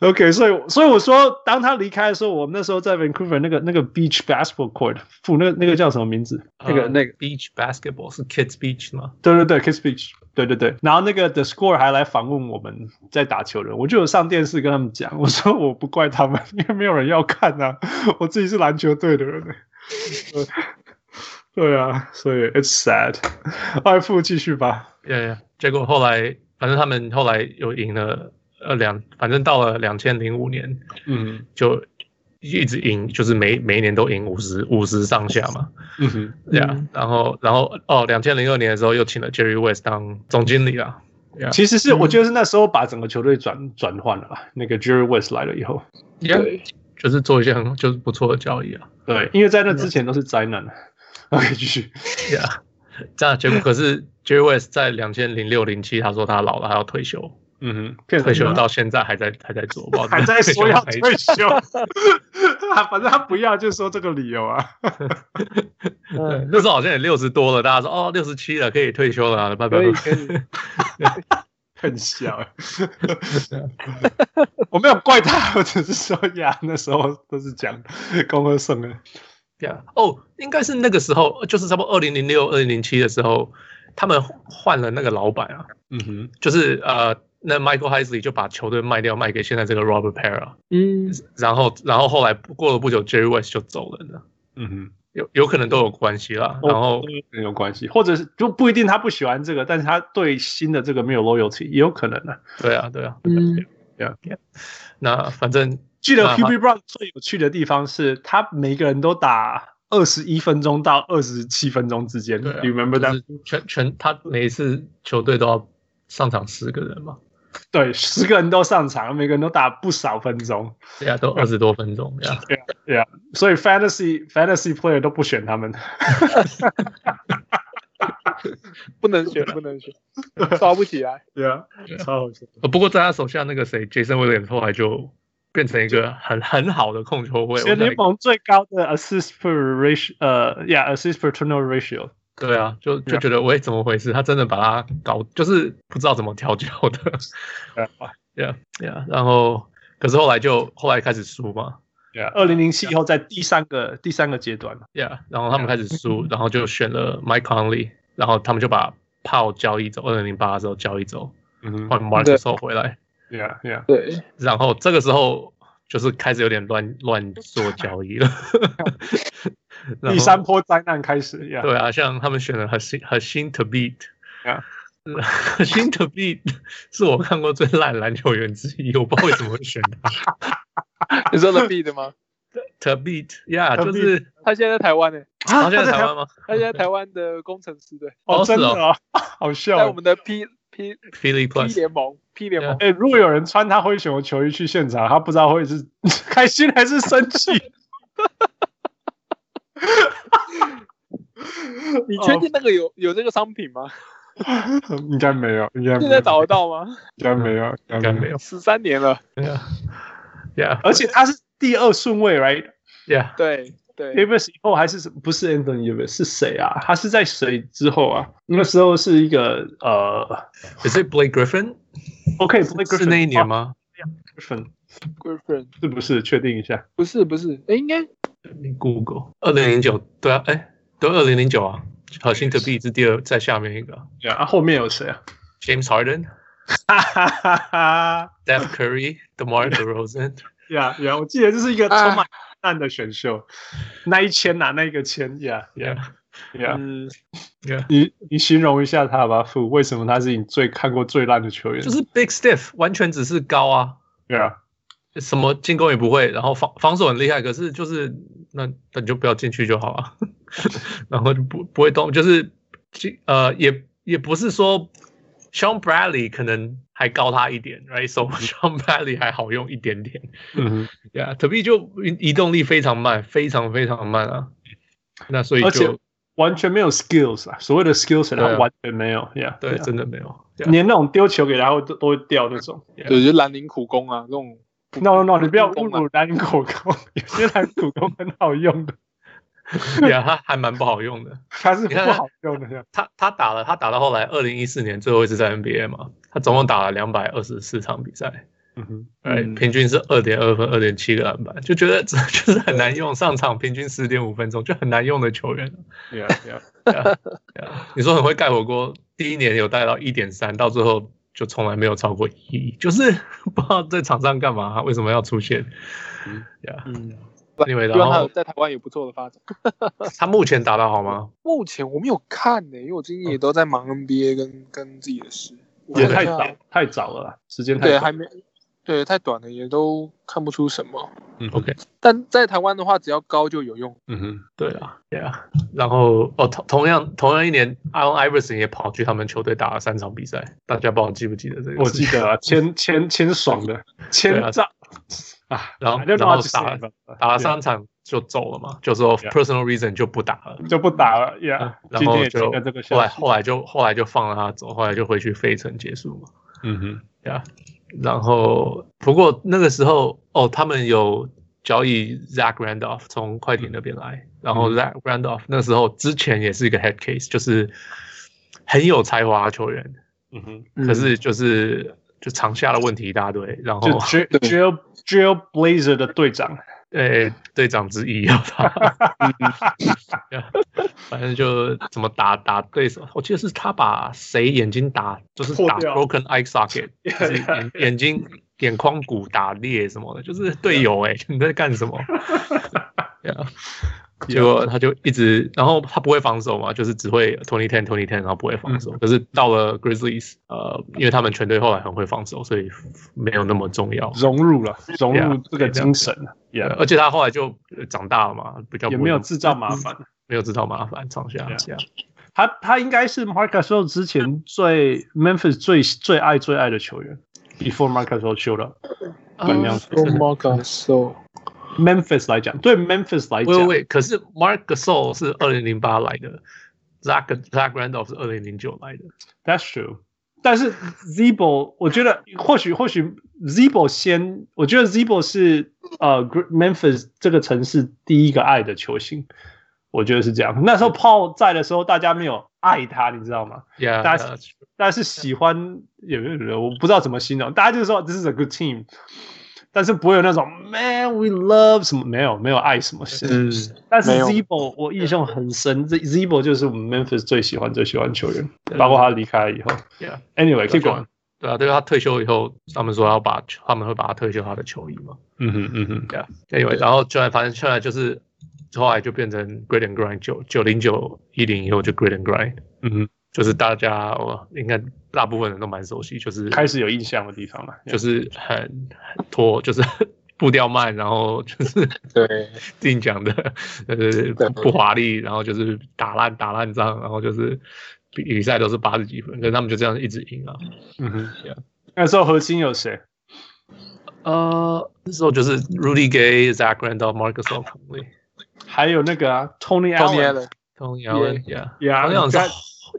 C: OK，所以所以我说，当他离开的时候，我们那时候在 Vancouver 那个那个 beach basketball court，附那个那个叫什么名字？
E: 怎
C: 那
E: 么样。
C: 个
E: 呃
C: 那个
E: beach basketball 是 kids beach 吗？
C: 对对对，Kiss Beach，对对对。然后那个 The Score 还来访问我们在打球的人，我就有上电视跟他们讲，我说我不怪他们，因为没有人要看啊，我自己是篮球队的人、 对对啊，所以 It's sad。二副继续吧。
E: 对，结果后来反正他们后来又赢了，呃两，反正到了两千零五年
C: 嗯
E: 就一直赢，就是每每一年都赢五十五十上下嘛，
C: 嗯哼，
E: 对啊，然后然后哦，两千零二年的时候又请了 Jerry West 当总经理啊，
C: 其实是我觉得是那时候把整个球队转转换了啦，那个 Jerry West 来了以后，
E: 对，就是做一些很就是不错的交易啊。
C: 对，嗯因为在那之前都是灾难。OK，继续。
E: Yeah，这 样结果可是 Jerry West 在两千零六零七，他说他老了，他要退休，
C: 嗯哼，骗
E: 退
C: 人
E: 休
C: 的
E: 到现在还在还在做，不知道
C: 还在说要退
E: 休
C: 休， 啊反正他不要就说这个理由啊。
E: 哪一天。对那时啊候好像也六十多了，大家说哦六十七了可以退休了，拜拜
D: 可以
E: 拜
D: 可以，
C: 很小。 我没有怪他，我只是说呀，那时候都是讲公和胜的。
E: 对啊，哦，应该是那个时候，就是差不多二零零六、二零零七的时候，他们换了那个老板啊，
C: 嗯哼，
E: 就是呃，那 Michael Heisley 就把球队卖掉，卖给现在这个 Robert Pera，
D: 嗯，
E: 然后然后后来过了不久，Jerry West 就走了呢，
C: 嗯哼。
E: 有有可能都有关系啦。然后
C: 很哦有关系，或者是就不一定他不喜欢这个，但是他对新的这个没有 loyalty，也有可能啊。
E: 对啊，对啊，
D: 嗯
E: 那反正
C: 记得
E: 那
C: Hubie Brown 最有趣的地方是他每个人都打二十一分钟到二十七分钟之间。
E: 对啊
C: Do you remember that？、
E: 就是全全他每一次球队都要上场十个人嘛，
C: 对，十个人都上场，每个人都打不少分钟。
E: 对啊，都二十多分钟啊这样。
C: 所以 fantasy fantasy player 都不选他们。
D: 不能选，不能选，刷不起来。
C: 对啊，超好笑。
E: 呃不过在他手下那个谁，Jason Williams 后来就变成一个很很好的控球位。我
C: 全
E: 在
C: 联盟最高的 assist per ratio，呃，yeah，assist per turnover ratio。
E: 对啊，就就
C: Yeah.
E: 觉得喂，怎么回事？他真的把他搞，就是不知道怎么调教的。yeah
C: 啊
E: yeah，然后可是后来就后来开始输嘛。
C: Yeah，二零零七以后，在第三个第三个阶段
E: Yeah，然后他们开始
C: 啊
E: 输，然后就选了 Mike Conley，然后他们就把 Paul 交易走，二零零八的时候交易走，
C: 嗯
E: 换 Marcus 回来。
C: ，Yeah Yeah，
D: 对，
E: 然后这个时候就是开始有点乱乱做交易了。然后
C: 第三波灾难开始，Yeah，
E: 对啊，像他们选了核心核心 To Beat
C: 啊。
E: 核心 To Beat 是我看过最烂的篮球员之一，我不知道为什么会选他。
D: 你说 The b e 的吗？
E: To Beat，yeah，
C: To
E: 就是
D: 他现在在台湾呢，
E: 他
C: 啊
E: 现在在台
C: 他
E: 湾吗
D: 他现在台湾的工程师队，
C: 哦，
E: 哦是
C: 真的
E: 哦
C: 哦， 好
D: 在
C: 笑
D: 我
C: 哦。
D: 们的 P P P
E: ？Philly Plus，
D: 联盟 P 联盟，
C: 哎，如果有人穿他灰熊的球衣去现场，他不知道会是 开心还是生气。
D: 你确定那个有有这个商品吗？
C: 哦？应该没有，应该没有
D: 现在找得到吗？
C: 应该没有，
E: 应该没有。
D: 十三年了，
E: Yeah，yeah，yeah，
C: 而且他是第二顺位，right？Davis
D: 对对，
C: 以后还是什不是 Anthony Davis 是谁啊？他是在谁之后啊？那时候是一个呃
E: 也是 Blake Griffin，
C: ，OK，不会
E: 是那一年吗？
C: ？Griffin
D: Griffin
C: 是不是？确定一下。
D: 不是不是，哎，应该
C: 啊
E: 你 Google，二零零九，对啊，哎，对，二零零九啊，核心 To Beat 是第二，在下面一个
C: Yeah，啊，后面有谁啊？
E: James Harden、
C: 哈哈哈哈。
E: Steph Curry、DeMar DeRozan。
C: 呀呀，我记得这是一个充
E: 啊
C: 满蛋的选秀，那一签啊拿那一个签呀呀
E: Yeah,
C: 呀！
D: 嗯，
E: yeah.
C: 你你形容一下他吧，傅，为什么他是你最看过最烂的球员？
E: 就是 big stiff，完全只是高啊，
C: 对啊，
E: 什么进攻也不会，然后防防守很厉害，可是就是那那你就不要进去就好了， 然后就不不会动，就是进呃也也不是说 Sean Bradley 可能还高他一点，right？So Sean Bradley 还好用一点点
C: 嗯哼，
E: ，Yeah，To be 就移移动力非常慢，非常非常慢啊，那所以
C: 而且
E: 就
C: 完全没有 skills 啊，所谓的 skills
E: 对啊
C: 他完全没有呀。
E: 对啊
C: yeah
E: 真的没有，yeah,
C: 连那种丢球给他会都都会掉那种。
E: Yeah
D: 对，就兰陵苦工啊，那种
C: No No No，你不要
D: 不
C: 侮
D: 懂啊
C: 辱蓝口工，有些蓝口工很好用 的，
E: yeah，他还蛮不好用的。
C: 他是
E: 你
C: 不
E: 看他
C: 好用的。
E: 他他打了，他打到后来，二零一四年最后一次在 NBA 嘛，他总共打了两百二十四场比赛，
C: 嗯哼，
E: 哎、平均是二点二分、二点七个篮板，就觉得这 就是很难用，上场平均十点五分钟就很难用的球员。
C: 呀 呀，
E: 对啊对啊你说很会盖火锅，第一年有带到一点三，到最后就从来没有超过一，就是不知道在场上干嘛，为什么要出现？
C: 嗯
E: 对啊，
C: 嗯，
E: 因为
D: 希
E: 然
D: 望啊他有
E: 后
D: 在台湾有不错的发展。
E: 他目前打得好吗？
D: 目前我没有看呢，因为我最近也都在忙 NBA 跟跟自己的事，我
C: 也
D: 看
C: 太
D: 一下
C: 早太早了啦，时间太
D: 对，
C: 早
D: 还没对太短了，也都看不出什么。
C: 嗯
E: OK
D: 但在台湾的话，只要高就有用。
C: 嗯哼，
E: 对啊，对啊。然后哦，同同样同样一年，Allen Iverson 也跑去他们球队打了三场比赛，大家不知道记不记得这个？
C: 我记。得啊， 签签签爽的，
E: 对
C: 签
E: 啊
C: 账啊，
E: 然后
C: I don't know
E: 然
C: what
E: 后
C: to say
E: 打
C: about that.
E: 打了
C: Yeah，
E: 三场就走了嘛，就说
C: Yeah
E: personal reason 就不打了。
C: 就不打了呀。今
E: 然
C: 天
E: 后
C: 也
E: 就
C: 听了这个
E: 后
C: 消
E: 来
C: 息，
E: 后来就后来就放了他走，后来就回去费城结束嘛。
C: 嗯哼，
E: 对啊，然后不过那个时候哦，他们有交易 Zach Randolph 从快艇那边来，然后
C: 嗯
E: Zach Randolph 那时候之前也是一个 head case，就是很有才华的球员，嗯哼，
D: 嗯
E: 可是就是就场下的问题一大堆，然后
C: 就 Drill Drill Drill Blazer 的队长，
E: 呃队长之一要啊 他，反正就怎么打打对手，我记得是他把谁眼睛打就是
C: 破
E: 打
C: 掉
E: broken eye socket，就是
C: Yeah, yeah,
E: 眼眼睛眼眶骨打裂什么的，就是队友哎、 你在干什么？对啊。结果他就一直，然后他不会防守嘛，就是只会 twenty ten twenty ten，然后不会
C: 嗯
E: 防守。可是到了 Grizzlies，呃，因为他们全队后来很会防守，所以没有那么重要。
C: 融入了融入
E: Yeah,
C: 这个精神了
E: 对
C: ，Yeah，
E: 而且他后来就呃长大了嘛，比较
C: 也
E: 不会
C: 没有
E: 那么
C: 制造麻烦。
E: 没有制造麻烦，上下
C: Yeah
E: 这样。
C: 啊他他应该是 Marcus o 之前最 Memphis 最最爱最爱的球员，before Marcus o 休了。啊本量
E: 嗯
D: So Marcus o
C: Memphis 来讲，对 Memphis 来
E: 喂喂
C: 讲，
E: 喂，可是 Mark Gasol 是二零零八来的，Zach Zach Randolph 是二零零九来的。
C: That's true。但是 Zebo，我觉得或许或许 Zebo 先，我觉得 Zebo 是呃 Gr- Memphis 这个城市第一个爱的球星，我觉得是这样。那时候 Paul 在的时候，大家没有爱他，你知道吗？
E: Yeah，呃
C: 大家
E: that's true
C: 大家是喜欢也没有人，我不知道怎么形容，大家就是说 this is a good team，但是不会有那种 man we love 什么没有没有爱什么
E: 嗯
C: 是，但是
D: 没有
C: Zebo 我印象很深这，Zebo 就是我们 Memphis 最喜欢最喜欢的球员，包括他离开以后。
E: ，Yeah，
C: Anyway，keep going。
E: 对啊，对啊，他退休以后，他们说要把他们会把他退休他的球衣嘛。
C: 嗯哼嗯哼，
E: 对啊，因为然后就来，反正后来就是后来就变成 Great and Grind 九九零九一零以后就 Great and Grind，
C: 嗯哼，
E: 就是大家我应该大部分人都蛮熟悉，就是
C: 开始有印象的地方了。
E: 就是很很拖，就是 步调慢，然后就是
D: 对，
E: 定讲的呃
D: 对
E: 不华丽，然后就是打烂打烂仗，然后就是比比赛都是八十几分，可是他们就这样一直赢啊。
C: 嗯哼
E: Yeah，
C: 那时候核心有谁？
E: 呃，那时候就是 Rudy Gay、Zach Randolph、Marcus o c o n l e y
C: 还有那个啊，Tony
D: t o m
C: Allen。
E: Tony
D: Yeah.
E: Allen，Yeah，
C: Yeah，
E: 同样是
C: 你看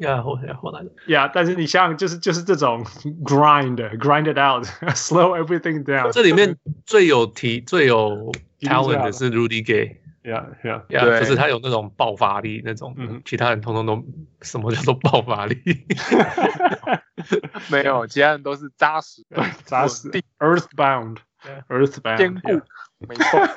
E: ，Yeah，后后来的。
C: Yeah，但是你想想，就是就是这种 grind，grind it out，slow everything down。
E: 这里面最有提、最有
C: 一定是他
E: talent
C: 吧
E: 的是 Rudy Gay，
C: Yeah Yeah。
E: 呀
D: 对
E: 就是他有那种爆发力，那种、
C: 嗯哼
E: 其他人通通都什么叫做爆发力？
D: 没有，其他人都是扎实的，
C: 扎实哎
D: 稳定
C: ，Earthbound。
E: Yeah
C: Earthbound，
D: 坚固
C: yeah，
D: 没错。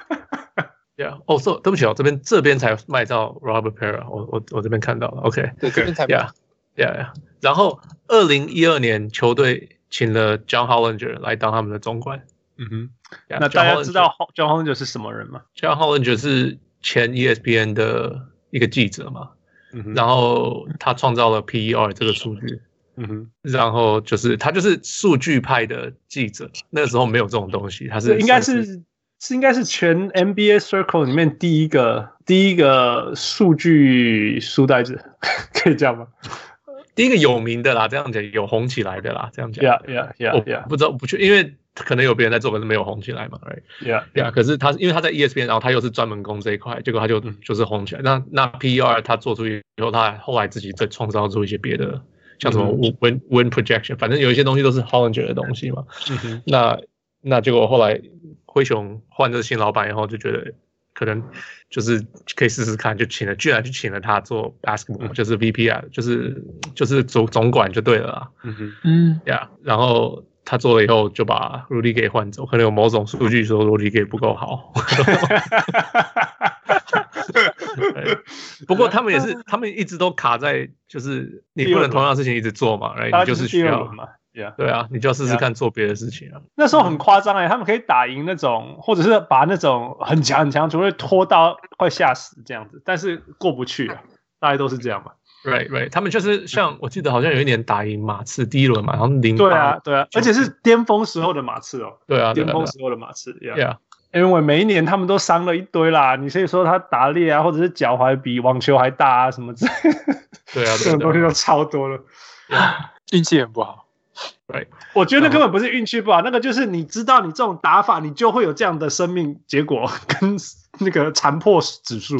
E: 呀，哦，so 对不起哦，这边这边才卖到 Robert Pera，我我我这边看到了，OK，
D: 对，这边才没有
E: 呀呀呀，然后二零一二年球队请了 John Hollinger 来当他们的总管，
C: 嗯哼，
E: Yeah，
C: 那
E: John
C: 大家知
E: Hollinger-
C: 道 Ho- John Hollinger 是什么人吗？
E: John Hollinger 是前 E ESPN 的一个记者嘛，
C: 嗯哼，
E: 然后他创造了 PER 这个数据。
C: 嗯哼，
E: 然后就是他就是数据派的记者，那个时候没有这种东西，他是
C: 这应该
E: 算
C: 是是应该是全 NBA Circle 里面第一个第一个数据书呆子， 可以这样吗
E: 第一个有名的啦，这样讲有红起来的啦，这样讲。
C: ？Yeah Yeah
E: 我
C: Yeah Yeah
E: 不知道不去，因为可能有别人在做，可是没有红起来嘛，right？
C: Yeah
E: 对啊，可是他因为他在 ESPN，然后他又是专门攻这一块，结果他就
C: 嗯
E: 就是红起来。那那 PER 他做出以后，他后来自己再创造出一些别的，像什么
C: 嗯
E: Win Win Projection，反正有一些东西都是 Hollinger 的东西嘛。
C: 嗯哼
E: 那那结果后来灰熊换这个新老板以后，就觉得可能就是可以试试看，就请了，居然就请了他做 basketball，、就是
C: 嗯
E: VP 啊，就是就是总总管就对了啊，
C: 嗯哼
D: 嗯，
E: 呀、然后。他做了以后，就把 Rudy 给换走，可能有某种数据说 Rudy 给不够好。
C: 哦
E: 对不过他们也是，他们一直都卡在，就是你不能同样的事情一直做嘛，然后
C: 他
E: 你就是需
C: 第二
E: 要
C: 轮，嘛。Yeah，
E: 对啊，你就要试试
C: Yeah
E: 看做别的事情啊。
C: 那时候很夸张哎，他们可以打赢那种，或者是把那种很强很强的球队拖到快吓死这样子，但是过不去啊，大概都是这样嘛。
E: Right, right，他们就是像我记得好像有一年打赢马刺第一轮嘛，然后零
C: 对啊，，对啊，
E: 就
C: 而且是巅峰时候的马刺哦，
E: 对啊，对
C: 巅
E: 啊，
C: 峰
E: 对
C: 时候的马刺，Yeah。
E: 啊
C: 因为每一年他们都伤了一堆啦，你可以说他打猎啊，或者是脚踝比网球还大啊什么之类的，
E: 对 啊，
C: 这种
E: 对
C: 东西
E: 啊，
C: 都超多了。
D: 运气很不好。
C: 我觉得那
E: 然后
C: 根本不是运气不好，那个就是你知道你这种打法，你就会有这样的生命结果跟那个残破指数。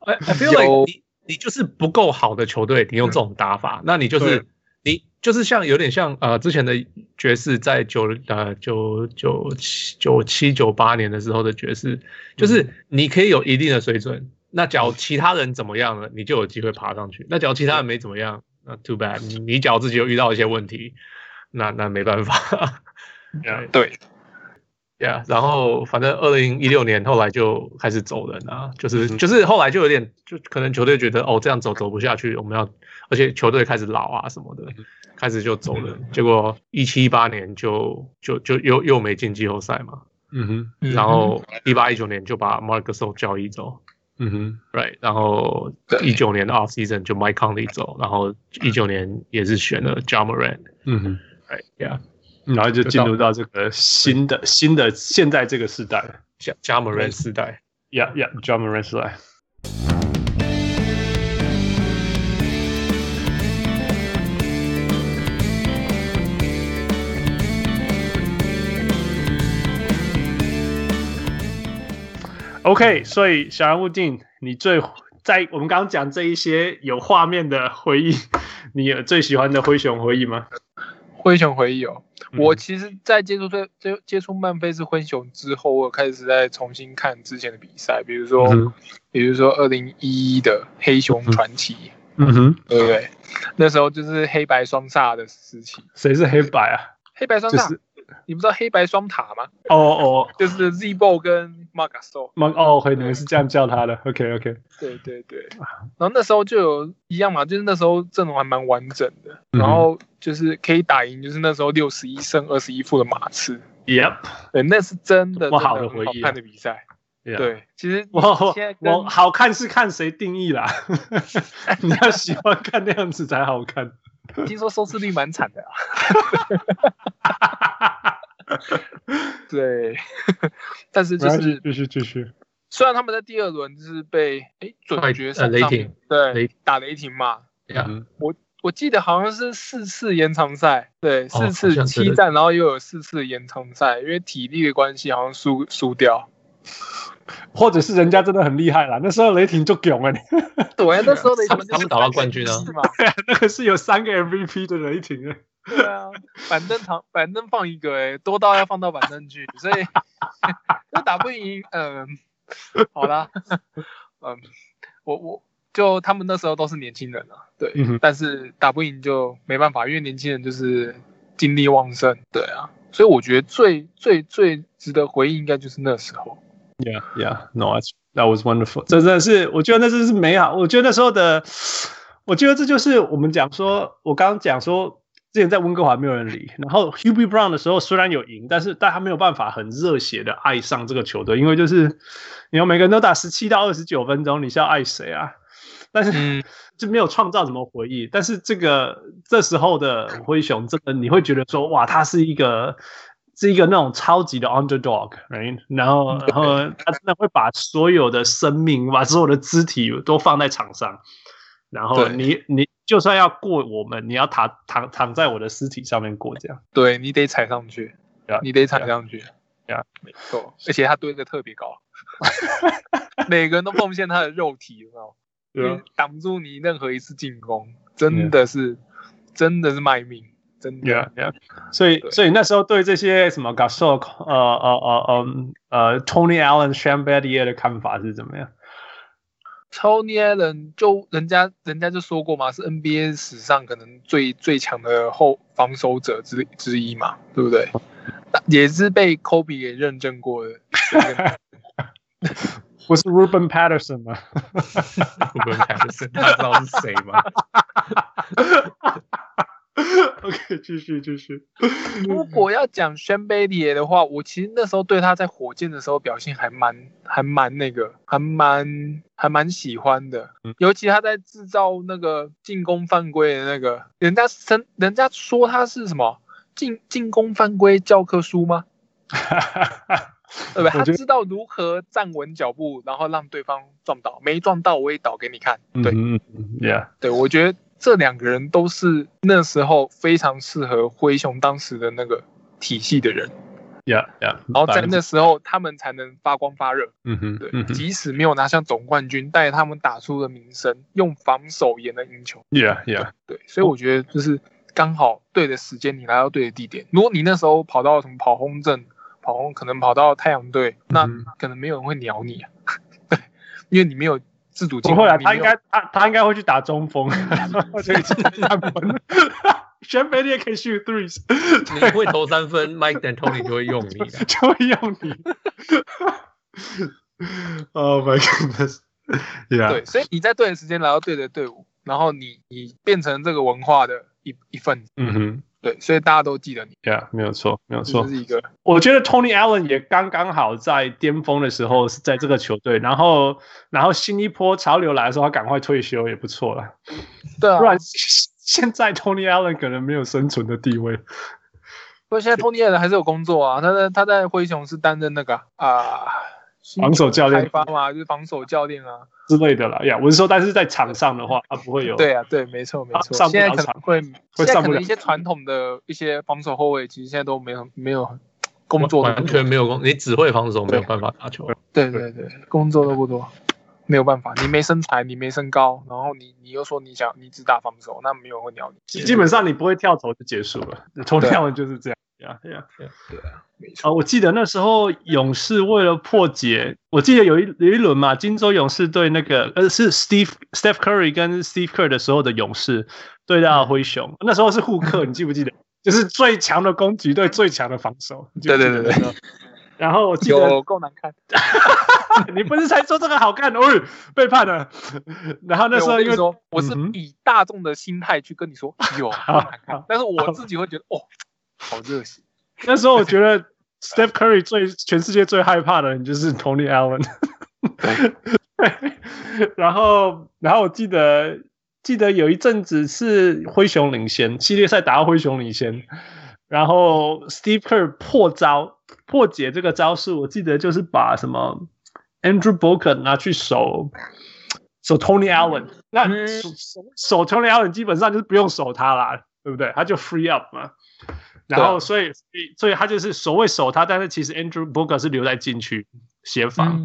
E: I I feel
D: 有
E: like 你你就是不够好的球队，你用这种打法，那你就是
C: 对
E: 你就是像有点像呃之前的爵士在九呃九九七九七九八年的时候的爵士，就是
C: 嗯
E: 你可以有一定的水准，那假如其他人怎么样了，你就有机会爬上去；那假如其他人没怎么样，那 too bad，你你脚自己又遇到一些问题，那那没办法。
C: Yeah.
D: 对，
E: Yeah，然后反正二零一六年后来就开始走人啊，就是
C: 嗯
E: 就是后来就有点就可能球队觉得哦这样走走不下去，我们要而且球队开始老啊什么
C: 嗯
E: 的，开始就走人。结果一七一八年就就就又又没进季后赛嘛，
C: 嗯哼，
E: 然后一八一九年就把 Marcus Gasol 交易走，
C: 嗯哼，
E: Right，然后
D: 对
E: 一九年的 off season 就 Mike Conley 走，然后一九年也是选了 j a m a r a n
C: 嗯哼，
E: Right，Yeah，
C: 然后就进入到这个新的新的现在这个时代了。
E: j a m a r a n 时代。
C: Yeah, yeah, j o h n Moran 时代。OK，所以小人物定，你最在我们刚刚讲这一些有画面的回忆，你有最喜欢的灰熊回忆吗？
D: 灰熊回忆哦，
C: 嗯
D: 我其实，在接触这接接触曼菲斯灰熊之后，我开始在重新看之前的比赛，比如说，
E: 嗯
D: 比如说二零一一的黑熊传奇，
C: 嗯哼，
D: 对不对？那时候就是黑白双煞的时期，
C: 谁是黑白啊？
D: 黑白双
C: 就
D: 煞，
C: 是
D: 你不知道黑白双塔吗？
C: 哦哦，
D: 就是 z b o 跟 m a g a s o
C: 蒙哦，回你们是这样叫他的。OK OK，
D: 对对对，
C: 啊
D: 然后那时候就有一样嘛，就是那时候阵容还蛮完整的，
C: 嗯哼
D: 然后就是可以打赢，就是那时候六十一胜二十一负的马刺，
C: Yep，
D: 对，那是真的
C: 多好的
D: 真很
C: 回忆啊
D: 好看的比赛。
E: 啊
C: Yeah
D: 对，其实
C: 我
D: 现在跟
C: 我好看是看谁定义啦， 你要喜欢看那样子才好看。
D: 听说收视率蛮惨的啊。 对，但是 就
C: 没关系
D: 是
C: 继续继续，
D: 虽然他们在第二轮就是被哎
E: 快
D: 准决
E: 呃
D: 赛
E: 雷
D: 上
E: 霆
D: 面对
E: 雷
D: 打雷霆嘛，
E: Yeah，
C: 嗯
D: 我记得好像是四次延长赛，对，
E: 哦好
D: 四次
E: 像是
D: 七战，然后又有四次延长赛，因为体力的关系好像输输掉。
C: 或者是人家真的很厉害啦，那时候雷霆就囧了，
D: 对，那时候雷霆
E: 他们
D: 就是
E: 他们打到冠军啊
D: 是吗？
C: 那个是有三个 MVP 的雷霆啊。
D: 对啊，板凳躺板凳放一个、欸，多到要放到板凳去，所以那打不赢，嗯，好啦， 嗯，我我就他们那时候都是年轻人啊，对，
C: 嗯哼
D: 但是打不赢就没办法，因为年轻人就是精力旺盛，对啊，所以我觉得最最最值得回忆应该就是那时候，
C: Yeah, yeah, no, that's- that was wonderful. 这真的是，我觉得那真是美好。我觉得那时候的，我觉得这就是我们讲说，我刚刚讲说，之前在温哥华没有人理，然后 Hubie Brown 的时候虽然有赢，但是但他没有办法很热血的爱上这个球队，因为就是你要每个人都打十七到二十九分钟，你是要爱谁啊？但是。
D: 嗯，
C: 就没有创造什么回忆。但是这个这时候的灰熊，真的你会觉得说，哇，他是一个是一个那种超级的 underdog，right？然
D: 嗯
C: 后然后他真的会把所有的生命，把所有的肢体都放在场上。然后
D: 对
C: 你你就算要过我们，你要躺躺躺在我的尸体上面过这样。
D: 对你得踩上去
C: Yeah，
D: 你得踩上去
C: yeah
D: 没错，而且他蹲的特别高，每个人都奉献他的肉体，有没有？
C: 啊
D: 因为挡不住你任何一次进攻，真的是真的是卖命，真的
C: Yeah, yeah. 所以，
D: 对
C: 所以那时候对这些什么 Gasol、呃呃呃呃呃 Tony Allen、Shambadier 的看法是怎么样？
D: Tony Allen 就人家人家就说过嘛，是 NBA 史上可能最最强的后防守者之之一嘛，对不对？那也是被 Kobe 给认证过的。
C: 不是 Ruben Patterson 吗？
E: Ruben Patterson，大家知道是谁吗？
C: OK，继续继续。嗯
D: 如果要讲 s h a n b a d i 的话，我其实那时候对他在火箭的时候表现还蛮还蛮那个，还蛮还蛮喜欢的。
C: 嗯
D: 尤其他在制造那个进攻犯规的那个，人家称人家说他是什么进进攻犯规教科书吗？对不对？
C: 我
D: 他
C: 觉得
D: 知道如何站稳脚步，然后让对方撞倒，没撞到我也倒给你看。对、
C: 嗯嗯，Yeah，
D: 对，我觉得这两个人都是那时候非常适合灰熊当时的那个体系的人。
C: yeah，yeah。
D: 然后在那，时候他们才能发光发热。
C: 嗯哼，
D: 对
C: 嗯，哼
D: 即使没有拿下总冠军，但他们打出了名声，用防守也能赢球。
C: ，Yeah，Yeah，
D: 对，所以我觉得就是刚好对的时间，你来到对的地点。如果你那时候跑到什么跑轰阵，跑轰可能跑到太阳队，那
C: 嗯
D: 可能没有人会鸟你、啊，对，因为你没有自主进
C: 不
D: 攻。
C: 会啊，他应
D: 你
C: 该他他应该会去打中锋，或者去打三分。全北你也可以 shoot threes，
E: 你会投 三分，Mike D'Antoni 就会用你的。
C: 就会用你。oh my goodness，yeah，
D: 没有对，所以你在对的时间来到对的队伍，然后你你变成这个文化的一一份子，
C: 嗯哼
D: 对，所以大家都记得你，
C: ，yeah，没有错，没有
D: 这
C: 错
D: 就。是一个
C: 我觉得 Tony Allen 也刚刚好在巅峰的时候是在这个球队，然后然后新一波潮流来的时候，他赶快退休也不错了，
D: 对啊，
C: 不然 现在 Tony Allen 可能没有生存的地位。
D: 不过现在 Tony Allen 还是有工作啊，他在他在灰熊是担任那个啊、
C: 防守教练
D: 开发嘛，就是防守教练啊。
C: 之类的啦，呀、我是说，但是在场上的话，他不会有
D: 对啊，对，没错没错。
C: 哦上不
D: 现
C: 了
D: 在可能
C: 场
D: 会，
C: 会
D: 现在
C: 上
D: 可
C: 不了
D: 能一些传统的一些防守后卫，其实现在都没有没有工作都
E: 完
D: 不多
E: 全没有工，你只会防守，没有办法打 球。
D: 对对对，工作都不多，没有办法，你没身材，你没身高，然后你你又说你想你只打防守，那没有人会鸟你。
C: 基基本上你不会跳投就结束了。Tony
D: 啊
C: Allen 就是这样。呀呀
D: 没错，
C: 啊！我记得那时候勇士为了破解，我记得有一有一轮嘛，金州勇士对那个呃是 Steve Steph Curry 跟 Steve Kerr 的时候的勇士对到灰熊，那时候是互克，你记不记得？就是最强的攻击对最强的防守。你记不记得
D: 对对对
C: 那时候。然后我记得
D: 有够难看。
C: 你不是才说这个好看，哦，背叛了。 然后那时
D: 对我
C: 候
D: 跟
C: 因
D: 你
C: 为
D: 说，我是
C: 嗯哼
D: 以大众的心态去跟你说有够难 看，但是我自己会觉得哦，好热血。
C: 那时候我觉得 Steph Curry 最全世界最害怕的人就是 Tony Allen。对，然后然后我记得记得有一阵子是灰熊领先，系列赛打到灰熊领先，然后 Steve Kerr 破招破解这个招数，我记得就是把什么 Andrew Bogut 拿去守守 Tony Allen，那
E: 嗯
C: 守守守 Tony Allen 基本上就是不用守他啦，对不对？他就 free up 嘛。然后，所以，所以，所以他就是所谓守他，但是其实 Andrew Booker 是留在禁区协防，
D: 嗯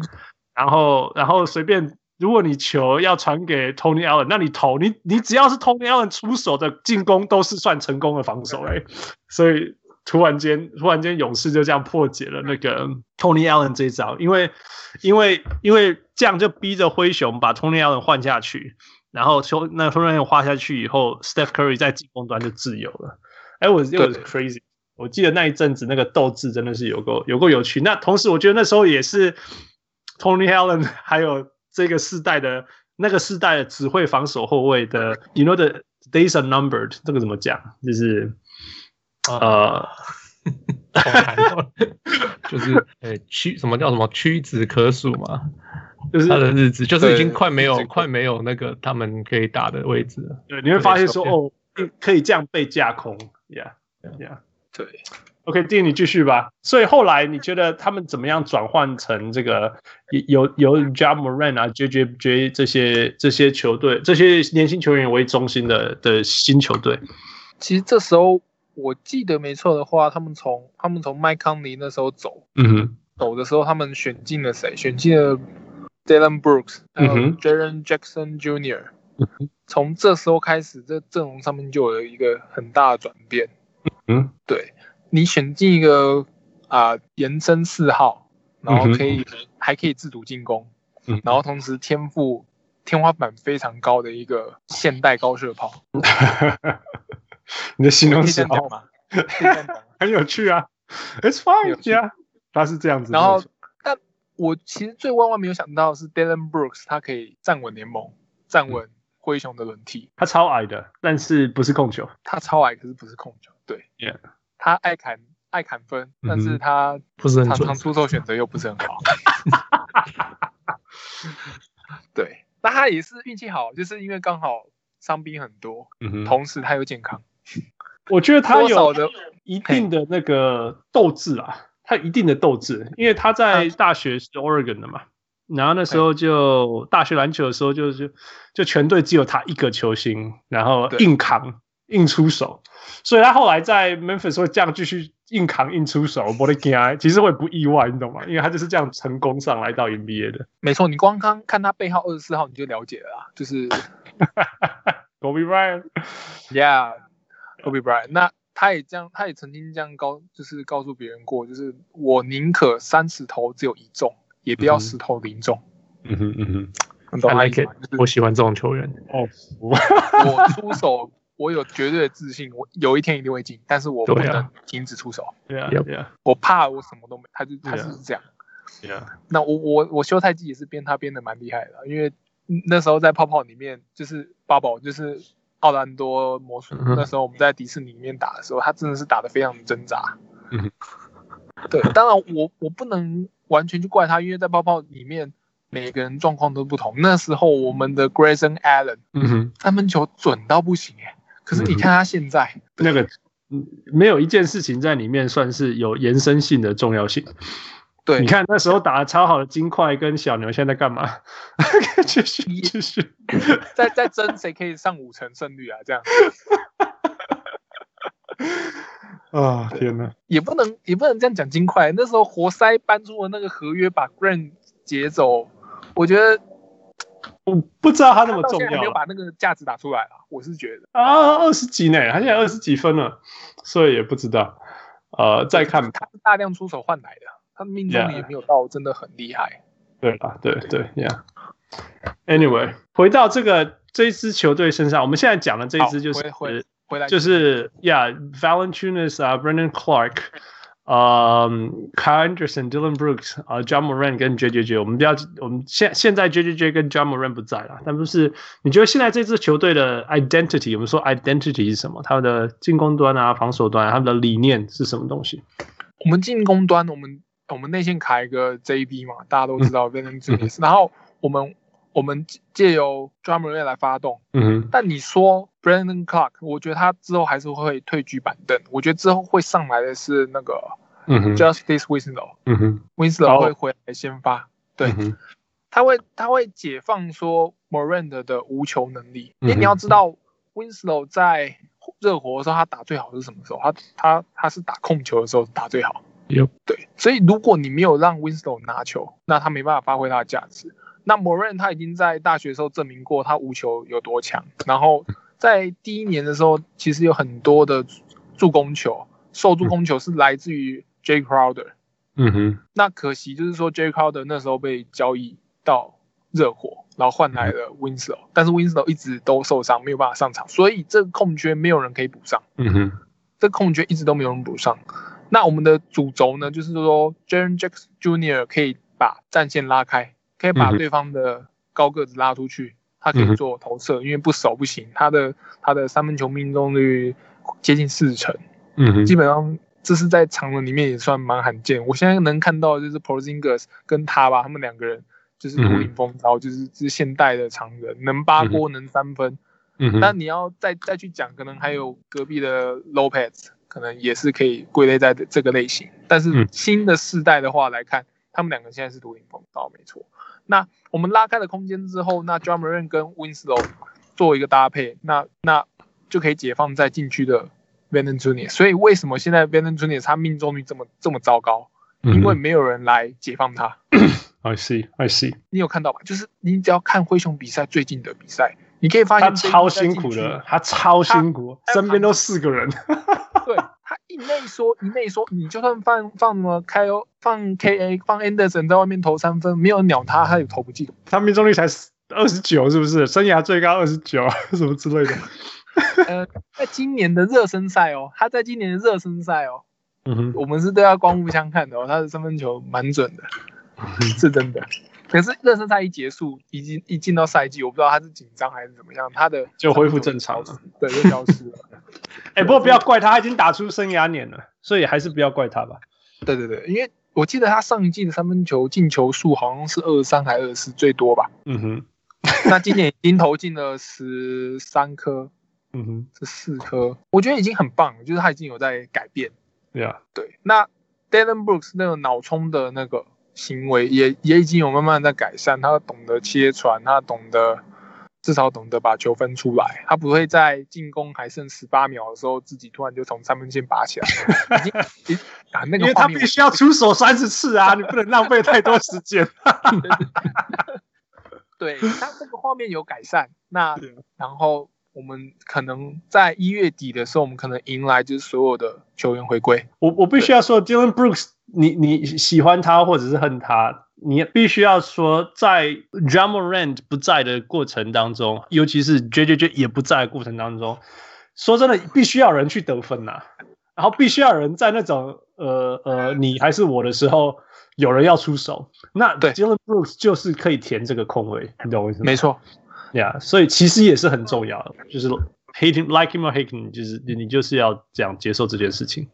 C: 然后然后随便，如果你球要传给 Tony Allen，那你投你你只要是 Tony Allen 出手的进攻都是算成功的防守哎、所以突然间突然间勇士就这样破解了那个 Tony Allen 这一招，因为因为因为这样就逼着灰熊把 Tony Allen 换下去，然后球那 Tony Allen 换下去以后，Steph Curry 在进攻端就自由了，哎、我
D: 对
C: 又 crazy。我记得那一阵子那个斗志真的是有够有够有趣。那同时，我觉得那时候也是 Tony Allen 还有这个世代的那个世代的只会防守后卫的，you know the days are numbered，这个怎么讲？就是呃，
E: 好难哦就是呃屈什么叫什么屈指可数嘛，
C: 就是
E: 他的日子就是已经
D: 对
E: 快没
D: 屈指
E: 有
D: 可
E: 快没有那个他们可以打的位置了。
C: 对，你会发现说
E: 对
C: 哦，可以这样被架空，yeah yeah。
D: 对，
C: OK，弟，你继续吧。所以后来你觉得他们怎么样转换成这个有有 j a m o r a n 啊、JJJ 这些这些球队、这些年轻球员为中心的的新球队？
D: 其实这时候我记得没错的话，他们从他们从麦康尼那时候走
C: 嗯哼，
D: 走的时候，他们选进了谁？选进了 Dylan Brooks，还有
C: 嗯哼嗯
D: Jaren Jackson Jr.、从这时候开始，这阵容上面就有一个很大的转变。
C: 嗯，
D: 对你选进一个啊、延伸四号，然后可以、还可以自主进攻，
C: 嗯
D: 然后同时天赋天花板非常高的一个现代高射炮，
C: 你的形
D: 可
C: 容
D: 以
C: 词
D: 这
C: 哦
D: 样讲吗？可以这样讲吗
C: 很有趣啊，It's
D: 很有
C: fine
D: 趣
C: yeah，他是这样子。
D: 然后，但我其实最万万没有想到的是 Dylan Brooks，他可以站稳联盟，
E: 嗯
D: 站稳灰熊的轮替。
C: 他超矮的，但是不是控球？
D: 他超矮，可是不是控球，对
C: Yeah
D: 他爱砍爱砍分，
E: 嗯哼
D: 但是他
E: 不是很
D: 常
E: 准
D: 常出手选择又不是很 好。对，那他也是运气好，就是因为刚好伤兵很多，
C: 嗯哼，
D: 同时他又健康，
C: 我觉得他
D: 多少
C: 有
D: 的
C: 一定的那个斗志啊，他有一定的斗志，因为他
D: 啊
C: 在大学是 Oregon 的嘛，然后那时候就大学篮球的时候就就就全队只有他一个球星，然后
D: 对
C: 硬扛硬出手，所以他后来在 Memphis 会这样继续硬扛硬出手，我的天，啊其实我也不意外，你懂吗？因为他就是这样成功上来到 NBA 的。
D: 没错，你光看看他背号二十四号你就了解了啦，就是。
C: Kobe Bryant，
D: Yeah，Kobe Bryant。那他也这样，他也曾经这样告，就是告诉别人过，就是我宁可三十投只有一中，也不
C: 嗯
D: 要
C: 哼
D: 十投零中。
C: 嗯哼嗯哼，
D: 你懂
E: I
D: 我意思
E: like
D: 吗
E: it，
D: 就是
E: 我喜欢这种球员。
C: 哦，服
D: 我出手，我有绝对的自信，我有一天一定会进，但是我不
E: 对啊
D: 能停止出手，
C: ，Yeah
E: Yep
C: Yeah
D: 我怕我什么都没，他就他
C: Yeah
E: 啊
D: 就是这样。
C: Yeah，
D: 那我我我休赛季也是编他编的蛮厉害的，啊因为那时候在泡泡里面就是八宝就是奥兰多魔术，
E: 嗯哼
D: 那时候我们在迪士尼里面打的时候，他真的是打得非常挣扎。
E: 嗯哼
D: 对，当然我我不能完全去怪他，因为在泡泡里面每个人状况都不同。那时候我们的 Grayson Allen
E: 嗯哼，
D: 三分球准到不行哎、可是你
E: 嗯哼
D: 看他现在，
C: 那个嗯没有一件事情在里面算是有延伸性的重要性。
D: 对，
C: 你看那时候打的超好的金块跟小牛现在在干嘛？继续继续，
D: 在在争谁可以上五成胜率啊，这样。
C: 啊天哪！
D: 也不能也不能这样讲金块。那时候活塞搬出了那个合约，把 Grant 劫走，我觉得
C: 我不知道他那么
D: 到
C: 重
D: 现在
C: 要啊
D: 还没有
C: 了
D: 把那个价值打出来啊。我是觉得
C: 啊，二十几呢，他现在二十几分了，所以也不知道。呃，再看吧。
D: 他是大量出手换来的，啊他命中率
C: Yeah
D: 也没有到真的很厉害。
C: 对啦，对对，Yeah。Anyway，回到这个这一支球队身上，我们现在讲的这一
D: 好
C: 支就是
D: 回回回来
C: 就是，Yeah，Valentunas 啊，Brendan Clark，呃、k y l e Anderson、Dylan Brooks 啊、j o h n Moran 跟 JJJ，我们不要，我们现现在 JJJ 跟 John Moran 不在了，但就是你觉得现在这支球队的 identity，我们说 identity 是什么？他们的进攻端啊、防守端、啊，他们的理念是什么东西？
D: 我们进攻端，我们我们内线卡一个 JB 嘛，大家都
C: 嗯
D: 知道 v e n e n t u 然后我们我们借由 Drummond 来发动。
E: 嗯
D: 但你说 Brandon Clark，我觉得他之后还是会退居板凳。我觉得之后会上来的是那个
E: 哼，嗯哼，
D: Justice Winslow。
E: 嗯哼，
D: Winslow
C: 好
D: 会回来先发，对
E: 嗯哼，
D: 他会他会解放说 Morant 的无球能力，因为
E: 嗯哼
D: 你要知道 Winslow 在热火的时候，他打最好是什么时候？他他他是打控球的时候打最好。
E: Yep
D: 对，所以如果你没有让 Winslow 拿球，那他没办法发挥他的价值。那 Morant 他已经在大学的时候证明过他无球有多强，然后在第一年的时候，其实有很多的助攻球，受助攻球是来自于 J Crowder。
E: 嗯哼，
D: 那可惜就是说 J. Crowder 那时候被交易到热火，然后换来了 Winslow，但是 Winslow 一直都受伤，没有办法上场，所以这个空缺没有人可以补上，
E: 嗯哼，
D: 这个空缺一直都没有人补上。那我们的主轴呢，就是说 Jaren Jackson Jr. 可以把战线拉开，可以把
E: 嗯哼
D: 对方的高个子拉出去，他可
E: 嗯
D: 以
E: 哼
D: 做投射，因为不守不行，他的他的三分球命中率接近四成。
E: 嗯哼，
D: 基本上这是在常人里面也算蛮罕见。我现在能看到的就是 Porzingis 跟他吧，他们两个人就是如
E: 嗯
D: 临风骚，就是是现代的常人，能八锅能三分。
E: 嗯哼，
D: 那你要再再去讲，可能还有隔壁的 Lopez，可能也是可以归类在这个类型。但是
E: 嗯
D: 新的世代的话来看，他们两个现在是如临风骚，没错。那我们拉开了空间之后，那 d r u m m e r 跟 Winslow 做一个搭配，那那就可以解放在禁区的 v a n d e n t u n i 所以为什么现在 v a n d e n t u n i 他命中率这么这么糟糕？
E: 嗯
D: 因为没有人来解放他。
C: I see, I see。
D: 你有看到吧？就是你只要看灰熊比赛最近的比赛，你可以发
C: 他
D: 现
C: 超
D: 这一
C: 辛
D: 季
C: 苦
D: 在禁区
C: 的，他超辛苦，
D: 他
C: 身边都四个人。
D: 对他一内缩一内缩，你就算放放什么开欧放 K A 放 Anderson 在外面投三分，没有人鸟他，他也投不进。
C: 他命中率才二十九，是不是？生涯最高二十九， 什么之类的。
D: 呃，在今年的热身赛哦，他在今年的热身赛哦，
E: 嗯哼，
D: 我们是对他刮目相看的哦，他的三分球蛮准的，是真的。可是热身赛一结束，一进一进到赛季，我不知道他是紧张还是怎么样，他的
C: 就恢复正常了
D: 了，对，就消失了。
C: 哎、不过不要怪他，他已经打出生涯年了，所以还是不要怪他吧。
D: 对对对，因为我记得他上一季的三分球进球数好像是二三还二四最多吧。
C: 嗯哼，
D: 那今年已经投进了十三颗，
C: 嗯哼，
D: 这四颗，我觉得已经很棒了，就是他已经有在改变。
C: 对啊，
D: 对，那 Dylan Brooks 那个脑冲的那个行为也也已经有慢慢在改善，他懂得切传，他懂得至少懂得把球分出来，他不会在进攻还剩十八秒的时候自己突然就从三分线拔起来，已经已经啊那
C: 因
D: 个
C: 为
D: 画
C: 他
D: 面
C: 必须要出手三十次啊，你不能浪费太多时间。
D: 对，那这个画面有改善，那
C: 啊
D: 然后我们可能在一月底的时候，我们可能迎来就是所有的球员回归。
C: 我我必须要说，Dylan Brooks，你你喜欢他或者是恨他，你必须要说，在 Jamorand 不在的过程当中，尤其是 J J J 也不在的过程当中，说真的，必须要有人去得分呐、然后必须要有人在那种呃呃你还是我的时候，有人要出手。那
D: 对
C: Dylan Brooks 就是可以填这个空位，你懂我意思吗？
D: 没错，
C: 呀所以其实也是很重要的，就是 hate him like him or hate him，就是你你就是要这样接受这件事情。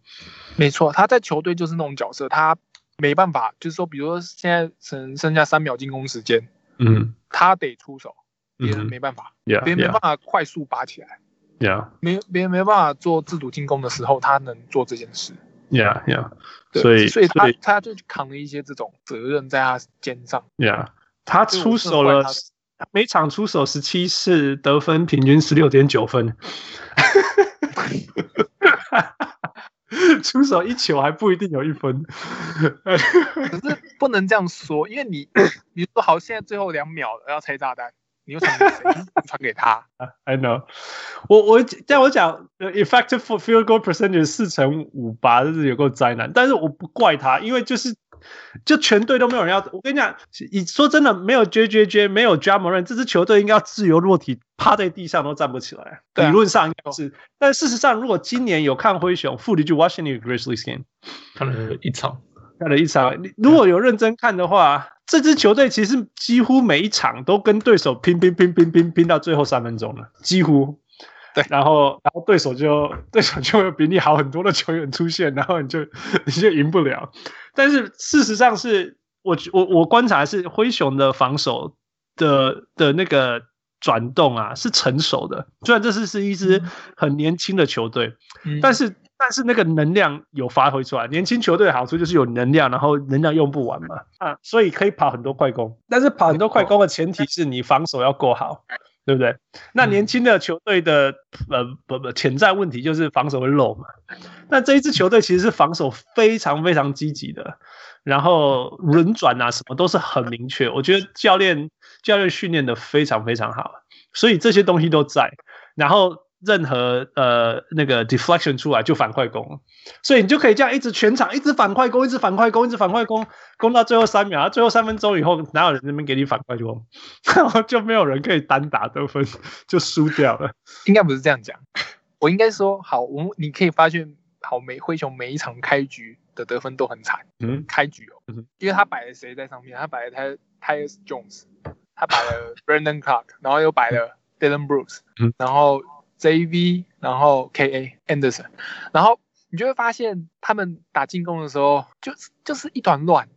D: 没错，他在球队就是那种角色，他没办法，就是说，比如说现在剩剩下三秒进攻时间，
C: 嗯，
D: 他得出手，别人
C: 嗯
D: 没办法，
C: 呀
D: 别人没
C: 呀
D: 办法快速拔起来，
C: 呀
D: 没别人没办法做自主进攻的时候，他能做这件事。
C: 呀呀，
D: 对
C: 所以
D: 所以
C: 所
D: 他
C: 以
D: 他就扛了一些这种责任在他肩上。
C: 呀，他
D: 所以
C: 出
D: 我是
C: 手
D: 怪
C: 了
D: 他的，
C: 每场出手十七次，得分平均十六点九分。 出手一球还不一定有一分，
D: 可是不能这样说，因为你 你说好，现在最后两秒了要拆炸弹，你又传给谁？你传 给他，
C: I know，我我但我讲呃 effective for field goal percentage 四乘五八，这是有够灾难。但是我不怪他，因为就是就全队都没有人要。我跟你讲，你说真的，没有 J J J，没有 j a m o r a n 这支球队应该要自由落体，趴在地上都站不起来。
D: 对啊
C: 理论上应该是，但事实上，如果今年有看灰熊，负离去 Washington Grizzlies game
E: 看了一场，
C: 看了一场，你如果有认真看的话，这支球队其实几乎每一场都跟对手拼拼拼拼拼拼到最后三分钟了，几乎。
D: 对
C: 然后然后对手就 对手就会有比你好很多的球员出现，然后你就 你就赢不了。但是事实上是我我我观察是灰熊的防守的的那个转动啊是成熟的，虽然这是是一支很年轻的球队，但
D: 是
C: 是但是那个能量有发挥出来。年轻球队的好处就是有能量，然后能量用不完嘛，啊，所以可以跑很多快攻。但是跑很多快攻的前提是你防守要够好，对不对？那年轻的球队的呃不不潜在问题就是防守会漏嘛。那这一支球队其实是防守非常非常积极的，然后轮转啊什么都是很明确。我觉得教练教练训练的非常非常好，所以这些东西都在。然后任何呃那个 deflection 出来就反快攻，所以你就可以这样一直全场一直反快攻，一直反快攻，一直反快攻，攻到最后三秒，然后最后三分钟以后，哪有人在那边给你反快攻？然后 就没有人可以单打得分， 就输掉了。
D: 应该不是这样讲，我应该说好，我们你可以发现，好每灰熊每一场开局的得分都很惨，
C: 嗯
D: 开局哦
C: 嗯哼，
D: 因为他摆了谁在上面？他摆了 Ty Tyus Jones，他摆了 Brandon Clark，然后又摆了 Dylan Brooks，
C: 嗯
D: 然后 JV，然后 KA Anderson，然后你就会发现他们打进攻的时候，就是就是一团乱。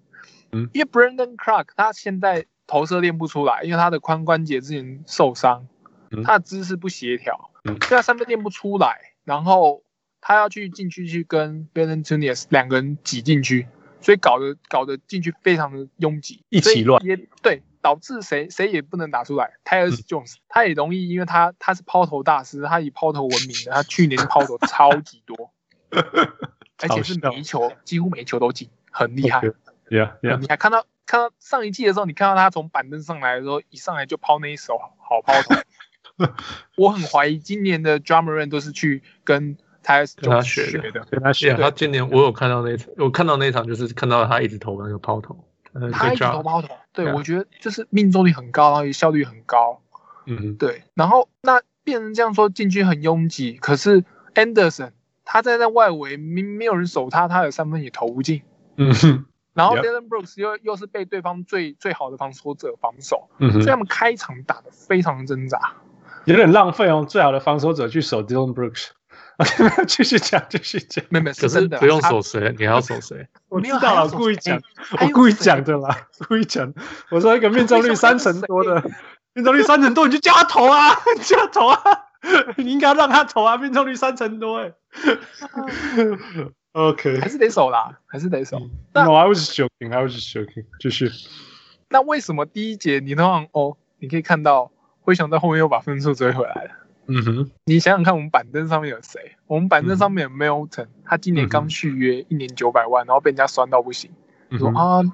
C: 嗯，
D: 因为 Brandon Clark 他现在投射练不出来，因为他的髋关节之前受伤，
C: 嗯
D: 他的姿势不协调，
C: 嗯
D: 所以他三分练不出来，然后他要去禁区去跟 b e n n t u n i s 两个人挤进去，所以搞得搞得进去非常的拥挤，
C: 一起乱
D: 所以也对，导致谁谁也不能打出来。Tyus
C: 嗯
D: Jones、他也容易，因为他他是抛投大师，他以抛投闻名的，他去年抛投超级多，而且是
C: 好笑
D: 每一球几乎每一球都进，很厉害。
C: OK Yeah,
D: 很
C: yeah,
D: 厉害。看到看到上一季的时候，你看到他从板凳上来的时候，一上来就抛那一手好抛 投。我很怀疑今年的 d r u m m e r n 都是去跟 Tyus
E: 跟他
D: Jones
E: 学的
D: 学的，
C: 跟他
E: 是啊，
C: 选
E: 他今年我有看到那一场，我看到那一场就是看到他一直投那个抛投，呃，
D: 他一
E: 对
D: 直投
E: 抓，
D: 抛投，对
E: 对啊
D: 我觉得就是命中率很高，然后也效率很高。
C: 嗯，
D: 对，然后那变成这样说，禁区很拥挤，可是 Anderson 他在那外围，明没有人守他，他的三分也投不进。
C: 嗯哼
D: 然后
C: Yep
D: Dylan Brooks 又又是被对方最最好的防守者防守，
C: 嗯
D: 所以他
C: 哼，
D: 们开场打得非常挣扎。
C: 有点浪费哦。最好的防守者去守 Dylan Brooks。OK，继续讲，继续讲。
D: 没有没有，
E: 可是
D: 真的啊
E: 不用
D: 他
E: 守谁，你还要守谁？
C: 我
D: 没
C: 知
D: 有还
C: 道
D: 要
C: 了，
D: 守
C: 故意
D: 谁
C: 讲，
D: 还
C: 我
D: 有
C: 故意
D: 谁
C: 讲的啦， 故意讲。我说一个命中率三成多的， 命中率三成多，你就叫他投啊， 你叫他投啊，你应该让他投啊，命中率三成多哎、OK，
D: 还是得守啦，还是得守。啊那
C: no, I was just joking, I was just joking，继续。
D: 那为什么第一节你通常哦，你可以看到灰熊在后面又把分数追回来了？
C: 嗯哼，
D: 你想想看，我们板凳上面有谁？我们板凳
C: 嗯
D: 上面有 Milton，、他今年
C: 嗯哼
D: 刚续约，一年九百万，然后被人家酸到不行，
C: 嗯
D: 说
C: 哼
D: 啊，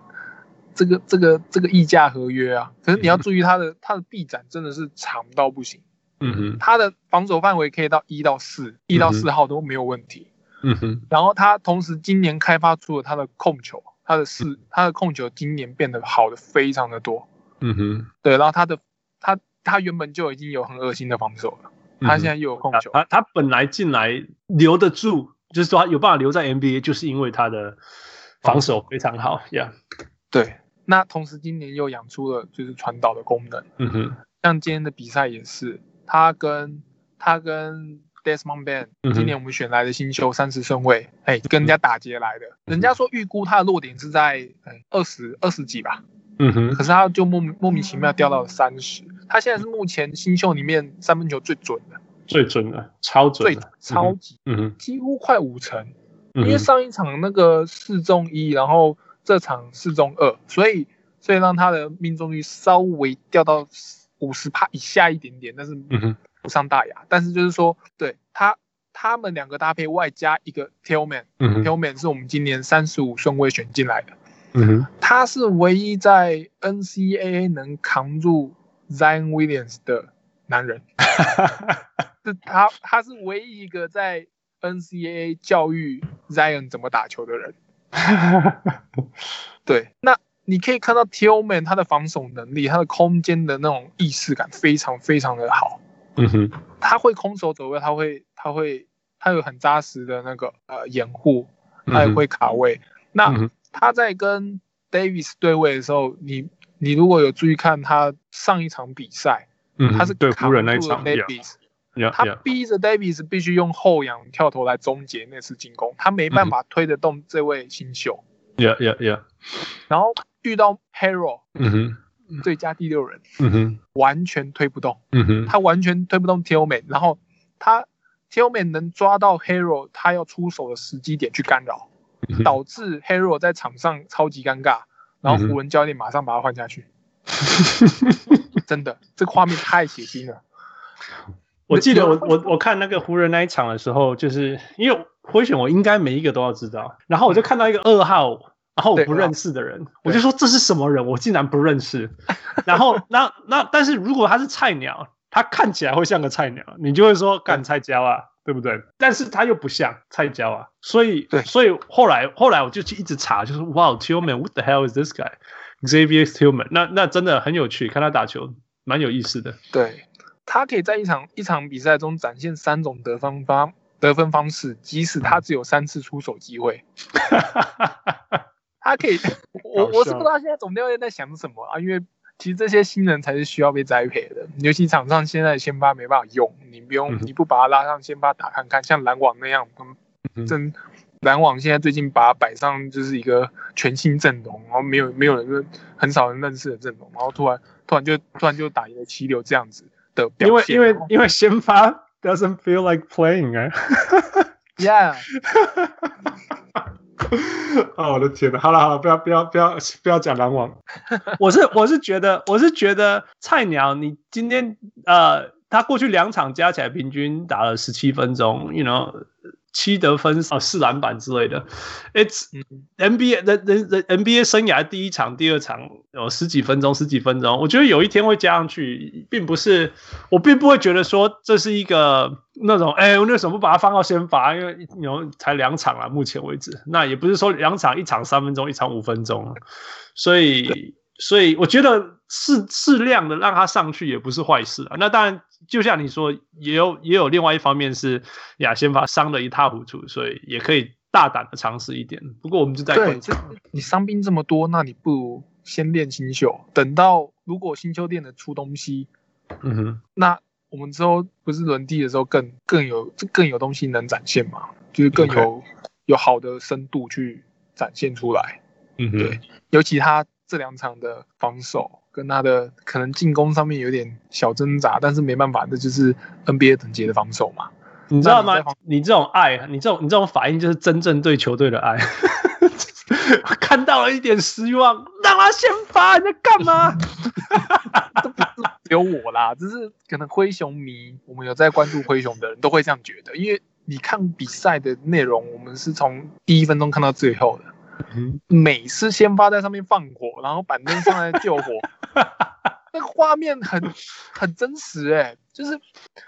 D: 这个这个这个溢价合约啊。可是你要注意他的他的臂展真的是长到不行，
C: 嗯哼，
D: 他的防守范围可以到一到四，
C: 嗯
D: 一到四号都没有问题。
C: 嗯哼，
D: 然后他同时今年开发出了他的控球，他的四他的控球今年变得好的非常的多，
E: 嗯哼，
D: 对，然后他的他他原本就已经有很恶心的防守了，
E: 嗯
D: 他现在又有控球，
C: 他他本来进来留得住，就是说他有办法留在 NBA，就是因为他的防守非常好呀。
D: 对，那同时今年又养出了就是传导的功能，
E: 嗯哼，
D: 像今天的比赛也是，他跟他跟 Desmond b a n
E: 嗯哼嗯
D: 今年我们选来的新秀三十顺位，哎、跟人家打劫来的，人家说预估他的落点是在嗯二十二十几吧，
E: 嗯哼，
D: 可是他就莫名莫名其妙掉到了三十。他现在是目前新秀里面三分球最准的，
C: 最准了，超准
D: 最
C: 了。
D: 超级
E: 嗯哼，
D: 几乎快五成。
E: 嗯
D: 因为上一场那个四中一，然后这场四中二，所以所以让他的命中率稍微掉到五十帕以下一点点，但是
E: 嗯哼，
D: 不上大雅。但是就是说，对他他们两个搭配外加一个 Tailman，Tailman
E: 嗯哼，
D: 是我们今年三十五顺位选进来的。
E: 嗯哼，
D: 他是唯一在 NCAA 能扛住 Zion Williams 的男人，是他，他是唯一一个在 NCAA 教育 Zion 怎么打球的人。对，那你可以看到 Tillman 他的防守能力，他的空间的那种意识感非常非常的好，
E: 嗯哼，
D: 他会空手走位，他会他会他有很扎实的那个呃掩护，他也会卡位。
E: 嗯
D: 那
E: 哼
D: 他在跟 Davis 对位的时候，你你如果有注意看他上一场比赛，
E: 嗯哼，
D: 他是
C: 对
D: 卡
C: 湖人那一
D: 不住了
C: 场
D: Davis，
C: 呀
D: 他
C: 呀
D: 逼着 Davis 必须用后仰跳投来终结那次进攻，他没办
C: 嗯
D: 法推得动这位新秀。
C: 呀呀呀！
D: 然后遇到 Hero
E: 嗯哼，
D: 最佳第六人，
E: 嗯哼，
D: 完全推不动，
E: 嗯哼，
D: 他完全推不动 Tillman，然后他 Tillman 能抓到 Hero 他要出手的时机点去干扰。导致 Hero 在场上超级尴尬，然后湖人教练马上把他换下去。真的，这个画面太血腥了。
C: 我记得我我我看那个湖人那一场的时候，就是因为回选我应该每一个都要知道，然后我就看到一个二嗯号，然后我
D: 对
C: 不认识的人，我就说这是什么人，我竟然不认识。然后那那但是如果他是菜鸟，他看起来会像个菜鸟，你就会说干菜椒啊，对不对？但是他又不像菜椒啊，所以
D: 对
C: 所以后来后来我就去一直查，就是哇 Tillman，what the hell is this guy Xavier Tillman？那那真的很有趣，看他打球蛮有意思的。
D: 对他可以在一场一场比赛中展现三种得分方得分方式，即使他只有三次出手机会，他 可以。我我是不知道现在总教练在想什么啊，因为。其实这些新人才是需要被栽培的，尤其场上现在的先发没办法用，你不用
E: 嗯哼
D: 你不把他拉上先发打看看，像篮网那样，
C: 嗯
E: 哼
D: 真篮网现在最近把它摆上就是一个全新阵容，然后没有没有人认很少人认识的阵容，然后突然突然就突然就打赢了七六这样子的表
C: 因为
D: 现，哦
C: 因为因为先发 doesn't feel like playing 哎、
D: Yeah，
C: 哦，我的天呐！好了好了，不要不要不要不要讲篮网。 我是我是觉得我是觉得菜鸟，你今天呃，他过去两场加起来平均打了十七分钟，you know，七得分啊、四篮板之类的。It's NBA 人人人 NBA 生涯第一场、第二场有十几分钟、十几分钟，我觉得有一天会加上去，并不是我并不会觉得说这是一个那种哎，我为什么不把它放到先发？因为你有才两场了，目前为止，那也不是说两场一场三分钟，一场五分钟，所以所以我觉得适适量的让他上去也不是坏事啊。那当然，就像你说，也有也有另外一方面是亚先发伤的一塌糊涂，所以也可以大胆的尝试一点。不过我们就在
D: 对，这你伤兵这么多，那你不如先练新秀，等到如果新秀练得出东西，
E: 嗯哼，
D: 那我们之后不是轮地的时候更更有这更有东西能展现嘛，就是更有有好的深度去展现出来。
E: 嗯哼，
D: 尤其他这两场的防守跟他的可能进攻上面有点小挣扎，但是没办法，那就是 NBA 等级的防守嘛。
C: 你知道
D: 那
C: 吗
D: 你在旁？
C: 你这种爱，你这种你这种反应，就是真正对球队的爱。 我看到了一点失望，让他先发，你在干嘛？
D: 只有我啦，只是可能灰熊迷，我们有在关注灰熊的人都会这样觉得，因为你看比赛的内容，我们是从第一分钟看到最后的。每次先发在上面放火，然后板凳上来救火，那个画面很很真实哎、就是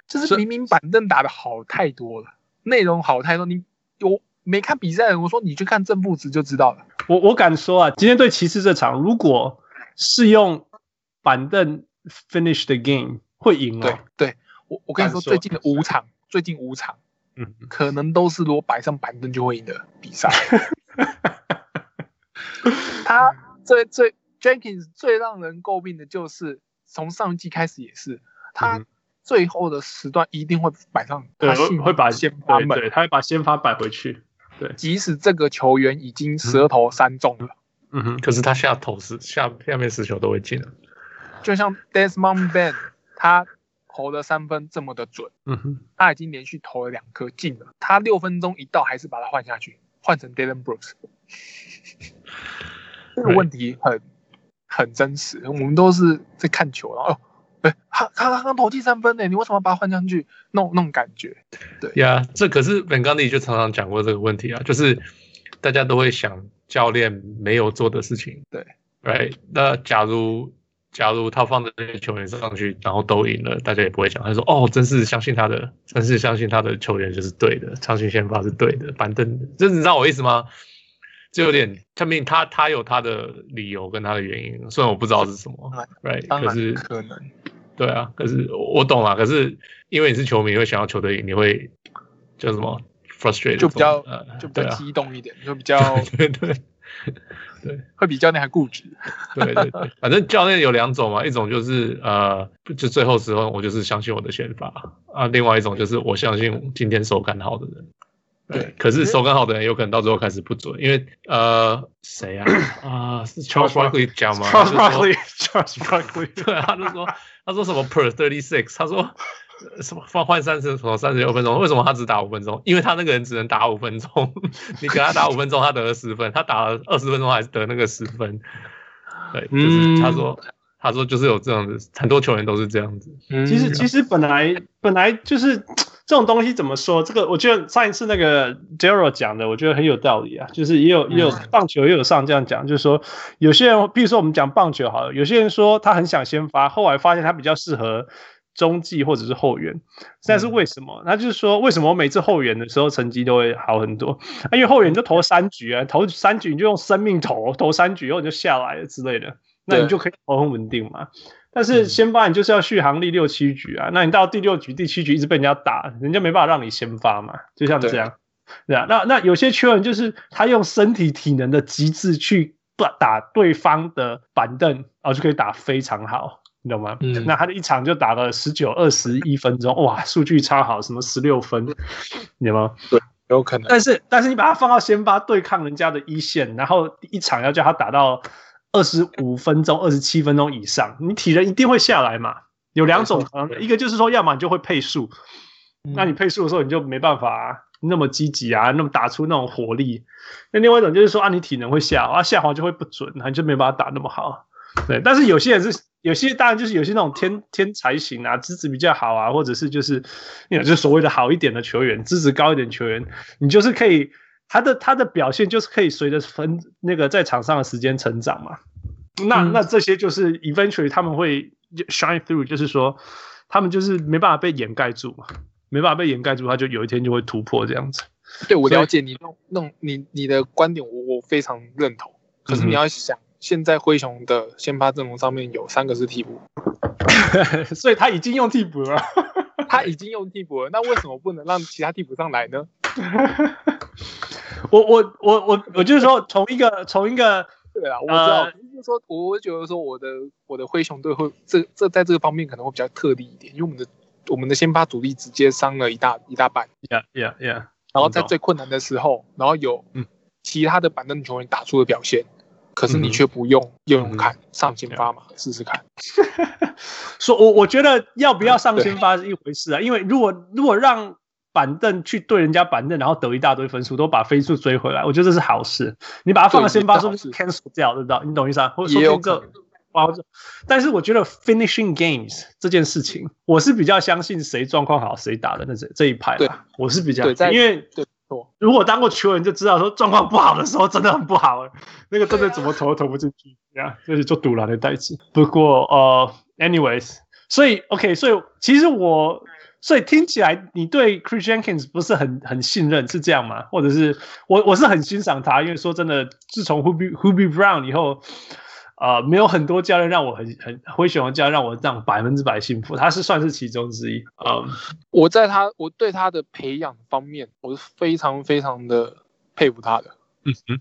D: 就是
E: 是
D: 明明板凳打的好太多了，内容好太多，你我没看比赛的人，我说你去看正负值就知道了。
C: 我我敢说啊，今天对骑士这场，如果是用板凳 finish the game，会赢
D: 对
C: 哦。
D: 对，我我跟你说，
C: 敢说
D: 最近的五场，最近五场
C: 嗯，
D: 可能都是如果摆上板凳就会赢的比 赛。他最最 Jenkins 最让人诟病的就是，从上一季开始也是，
C: 嗯
D: 他最后的时段一定会摆上
C: 对
D: 他，信
C: 会会把
D: 先发
C: 对
D: 们，
C: 对，他会把先发摆回去。
D: 即使这个球员已经舌头三中了，
C: 嗯哼，
E: 可是他下投是下下面十球都会进啊。
D: 就像 Desmond Ben，他投的三分这么的准。
C: 嗯哼，
D: 他已经连续投了两颗进了，他六分钟一到还是把他换下去，换成 Dylan Brooks。这个问题很很真实，我们都是在看球，然后哦，哎，他他他刚投进三分呢，你为什么要把他换上去？那种那种感觉，
E: 呀这可是本刚利就常常讲过这个问题啊，就是大家都会想教练没有做的事情。
D: 对
E: ，right？那假如假如他放这些球员上去，然后都赢了，大家也不会讲，他说哦，真是相信他的，真是相信他的球员就是对的，长期先发是对的，板凳，这你知道我意思吗？就有点，他明他他有他的理由跟他的原因，虽然我不知道是什么，right？
D: 当
E: 可
D: 然
E: 是
D: 可能
E: 对啊，可是我我懂啊，可是因为你是球迷，会想要球队赢，你会叫什么 frustrated，
D: 就比较
E: 呃、
D: 就比较
E: 对啊
D: 激动一点，就比较
E: 对对
D: 会比教练还固执。
E: 对对对，反正教练有两种嘛，一种就是呃，就最后时候我就是相信我的选法啊，另外一种就是我相信今天手感好的人。哎
D: 对
E: 可是手感好的人有可能到最后开始不准，因为呃，谁啊？ 啊、是 Charles Barkley 讲吗？他
C: Charles
E: 就说
C: Barkley，Charles Barkley，
E: 对，啊他就说他说什么 per thirty six，他说呃什么换换三十什么三十六分钟，为什么他只打五分钟？因为他那个人只能打五分钟， 你给他打五分钟，他得了十分，他打了二十分钟还是得那个十分。对，就是他说、他说就是有这样子，很多球员都是这样子。
D: 嗯
C: 其实其实本来本来就是这种东西怎么说？这个我觉得上一次那个 Daryl 讲的，我觉得很有道理啊。就是也有也有棒球也有上这样讲，就是说有些人，比如说我们讲棒球好了，有些人说他很想先发，后来发现他比较适合。中继或者是后援，但是为什么？那就是说，为什么我每次后援的时候成绩都会好很多？啊因为后援你就投三局啊，投三局你就用生命投，投三局以后你就下来了之类的，那你
D: 对
C: 就可以投很稳定嘛。但是先发你就是要续航力六七局啊，那你到第六局、第七局一直被人家打，人家没办法让你先发嘛，就像这样，对啊。那那有些球员就是他用身体体能的极致去打打对方的板凳，然后就可以打非常好，你懂吗？
E: 嗯
C: 那他的一场就打了十九、二十一分钟，哇，数据超好，什么十六分，你懂吗？
D: 有可能，
C: 但是但是你把他放到先发对抗人家的一线，然后一场要叫他打到二十五分钟、二十七分钟以上，你体能一定会下来嘛。有两种可能，一个就是说，要么你就会配速，
D: 嗯
C: 那你配速的时候你就没办法啊那么积极啊，那么打出那种火力。那另外一种就是说啊，你体能会下滑，啊下滑就会不准，你就没办法打那么好。对，但是有些人是有些当然就是有些那种天天才型啊，资质比较好啊，或者是就是，你就是所谓的好一点的球员，资质高一点的球员，你就是可以他的他的表现就是可以随着分那个在场上的时间成长嘛。那、那这些就是 eventually 他们会 shine through，就是说他们就是没办法被掩盖住嘛，没办法被掩盖住，他就有一天就会突破这样子。
D: 对我
C: 所以
D: 了解你弄弄你你的观点我，我非常认同。可是
C: 嗯哼
D: 你要想，现在灰熊的先发阵容上面有三个是替补，
C: 所以他已经用替补了。
D: 他已经用替补了，那为什么不能让其他替补上来呢？
C: 我我我我我就是说，从一个从一个
D: 对啊，我知道，
C: 呃
D: 就是说，我会觉得说，我的我的灰熊队会这这在这个方面可能会比较特例一点，因为我们的我们的先发主力直接伤了一大一大半，
C: ，yeah yeah yeah，
D: 然后在最困难的时候，然后有
C: 嗯
D: 其他的板凳球员打出的表现，可是你
C: 嗯
D: 却不用用用看上先发嘛，试试看。
C: 说我我觉得要不要上先发是一回事啊，因为如果如果让板凳去对人家板凳，然后得一大堆分数，都把分数追回来，我觉得这是好事。你把它放到先发，
D: 对
C: 说不定
D: 也
C: cancel 掉，对不对？你懂意思啊？或者说
D: 也有
C: 不定
D: 可
C: 这
D: 能
C: 哇，这但是我觉得 finishing games 这件事情，我是比较相信谁状况好谁打的那这这一派
D: 对
C: 啦，我是比较
D: 对在
C: 因为
D: 对，没错
C: 如果当过球员就知道说状况不好的时候真的很不 好、
E: 啊
C: 欸，那个真的怎么投都投不进去，这样 这是做赌篮的代志。不过呃，anyways，所以 OK，所以其实我所以听起来你对 Chris Jenkins 不是很很信任，是这样吗？或者是我我是很欣赏他，因为说真的，自从 Hubie Hubie Brown 以后，啊、没有很多教练让我很很灰熊的教练让我让百分之百信服，他是算是其中之一。嗯，
D: 我在他我对他的培养方面，我是非常非常的佩服他的。
E: 嗯哼，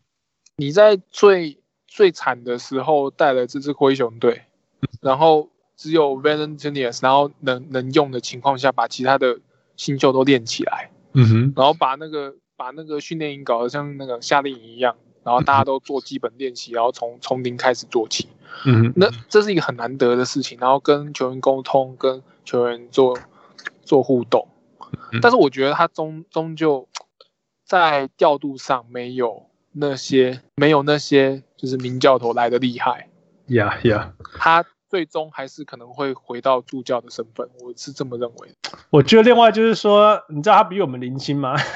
D: 你在最最惨的时候带了这支灰熊队，
E: 嗯
D: 然后只有 Valentinius，然后能能用的情况下，把其他的新秀都练起来，
E: 嗯哼，
D: 然后把那个把那个训练营搞得像那个夏令营一样，然后大家都做基本练习，然后从从零开始做起。
E: 嗯哼，
D: 那这是一个很难得的事情，然后跟球员沟通，跟球员做做互动
E: 嗯，
D: 但是我觉得他终终究在调度上没有那些没有那些就是明教头来的厉害，
C: 呀呀，
D: 他最终还是可能会回到助教的身份，我是这么认为的。
C: 我觉得另外就是说，你知道他比我们年轻吗？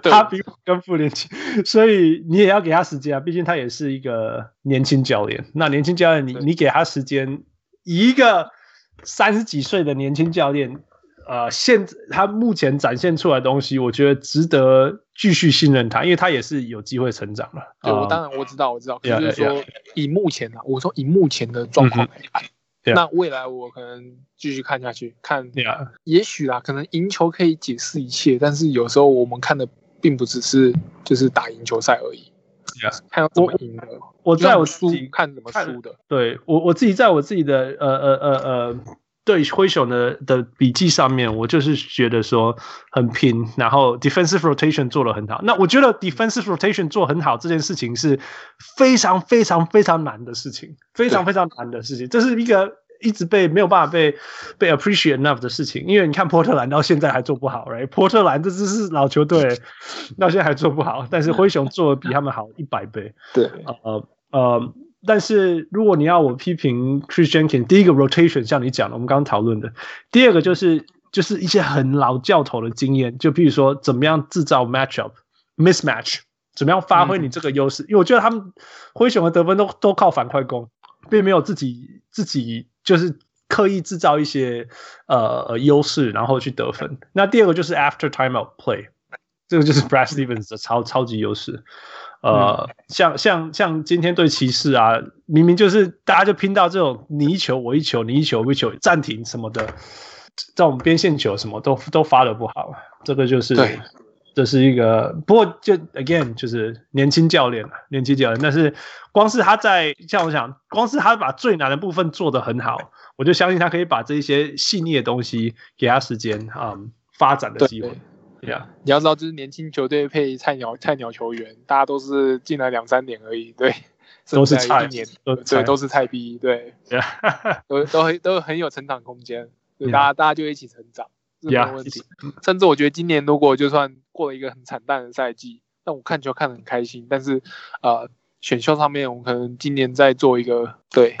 D: 对
C: 他比我跟傅年轻，所以你也要给他时间啊，毕竟他也是一个年轻教练。那年轻教练你，
D: 对
C: 你给他时间，以一个三十几岁的年轻教练，呃，现他目前展现出来的东西，我觉得值得继续信任他，因为他也是有机会成长了。
D: 对，
E: 啊
D: 我
C: 嗯
D: 当然我知道，我知道，可
C: Yeah,
D: 是就是
C: yeah,
D: 说以目前啊，我说以目前的状
E: 嗯
D: 况来看，
C: Yeah.
D: 那未来我可能继续看下去，看
C: Yeah,
D: 也许啦，可能赢球可以解释一切，但是有时候我们看的并不只是就是打赢球赛而已。
C: Yeah
D: 看要怎么赢的，
C: 我在我自
D: 输
C: 己
D: 看怎么
C: 看
D: 输的。
C: 对我我自己在我自己的呃呃呃呃对灰熊的的笔记上面，我就是觉得说很拼，然后 defensive rotation 做的很好。那我觉得 defensive rotation 做很好这件事情是非常非常非常难的事情，非常非常难的事情，这是一个。一直被没有办法被被 appreciate enough 的事情，因为你看波特兰到现在还做不好，right？波特兰这只是老球队，到现在还做不好，但是灰熊做的比他们好一百倍。
D: 对，
C: 呃呃，但是如果你要我批评 Chris Jenkins，第一个 rotation 像你讲的，我们刚刚讨论的，第二个就是就是一些很老教头的经验，就譬如说怎么样制造 matchup mismatch，怎么样发挥你这个优势，因为我觉得他们灰熊的得分都都靠反快攻，并没有自己自己就是。刻意制造一些呃呃优势，然后去得分。那第二个就是 after timeout play，这个就是 Brad Stevens 的超超级优势。呃，像像像今天对骑士啊，明明就是大家就拼到这种你一球我一球，你一球我一球，暂停什么的，这种边线球什么都都发的不好，这个就是
D: 对
C: 这是一个，不过就 again 就是年轻教练啊，年轻教练，但是光是他在像我想，光是他把最难的部分做得很好，我就相信他可以把这一些细腻的东西给他时间啊、嗯发展的
D: 对
C: 机会，yeah。
D: 你要知道，就是年轻球队配菜鸟菜鸟球员，大家都是进来两三年而已，对，
C: 都是
D: 剩下
C: 菜
D: 一年，
C: 都是菜
D: 对，都是菜逼，对，
C: Yeah.
D: 都都很都很有成长空间，对，
C: Yeah.
D: 大家大家就一起成长，这没
C: Yeah,
D: 有问题。甚至我觉得今年如果就算过了一个很惨淡的赛季，但我看球看得很开心，但是呃，选秀上面我们可能今年在做一个对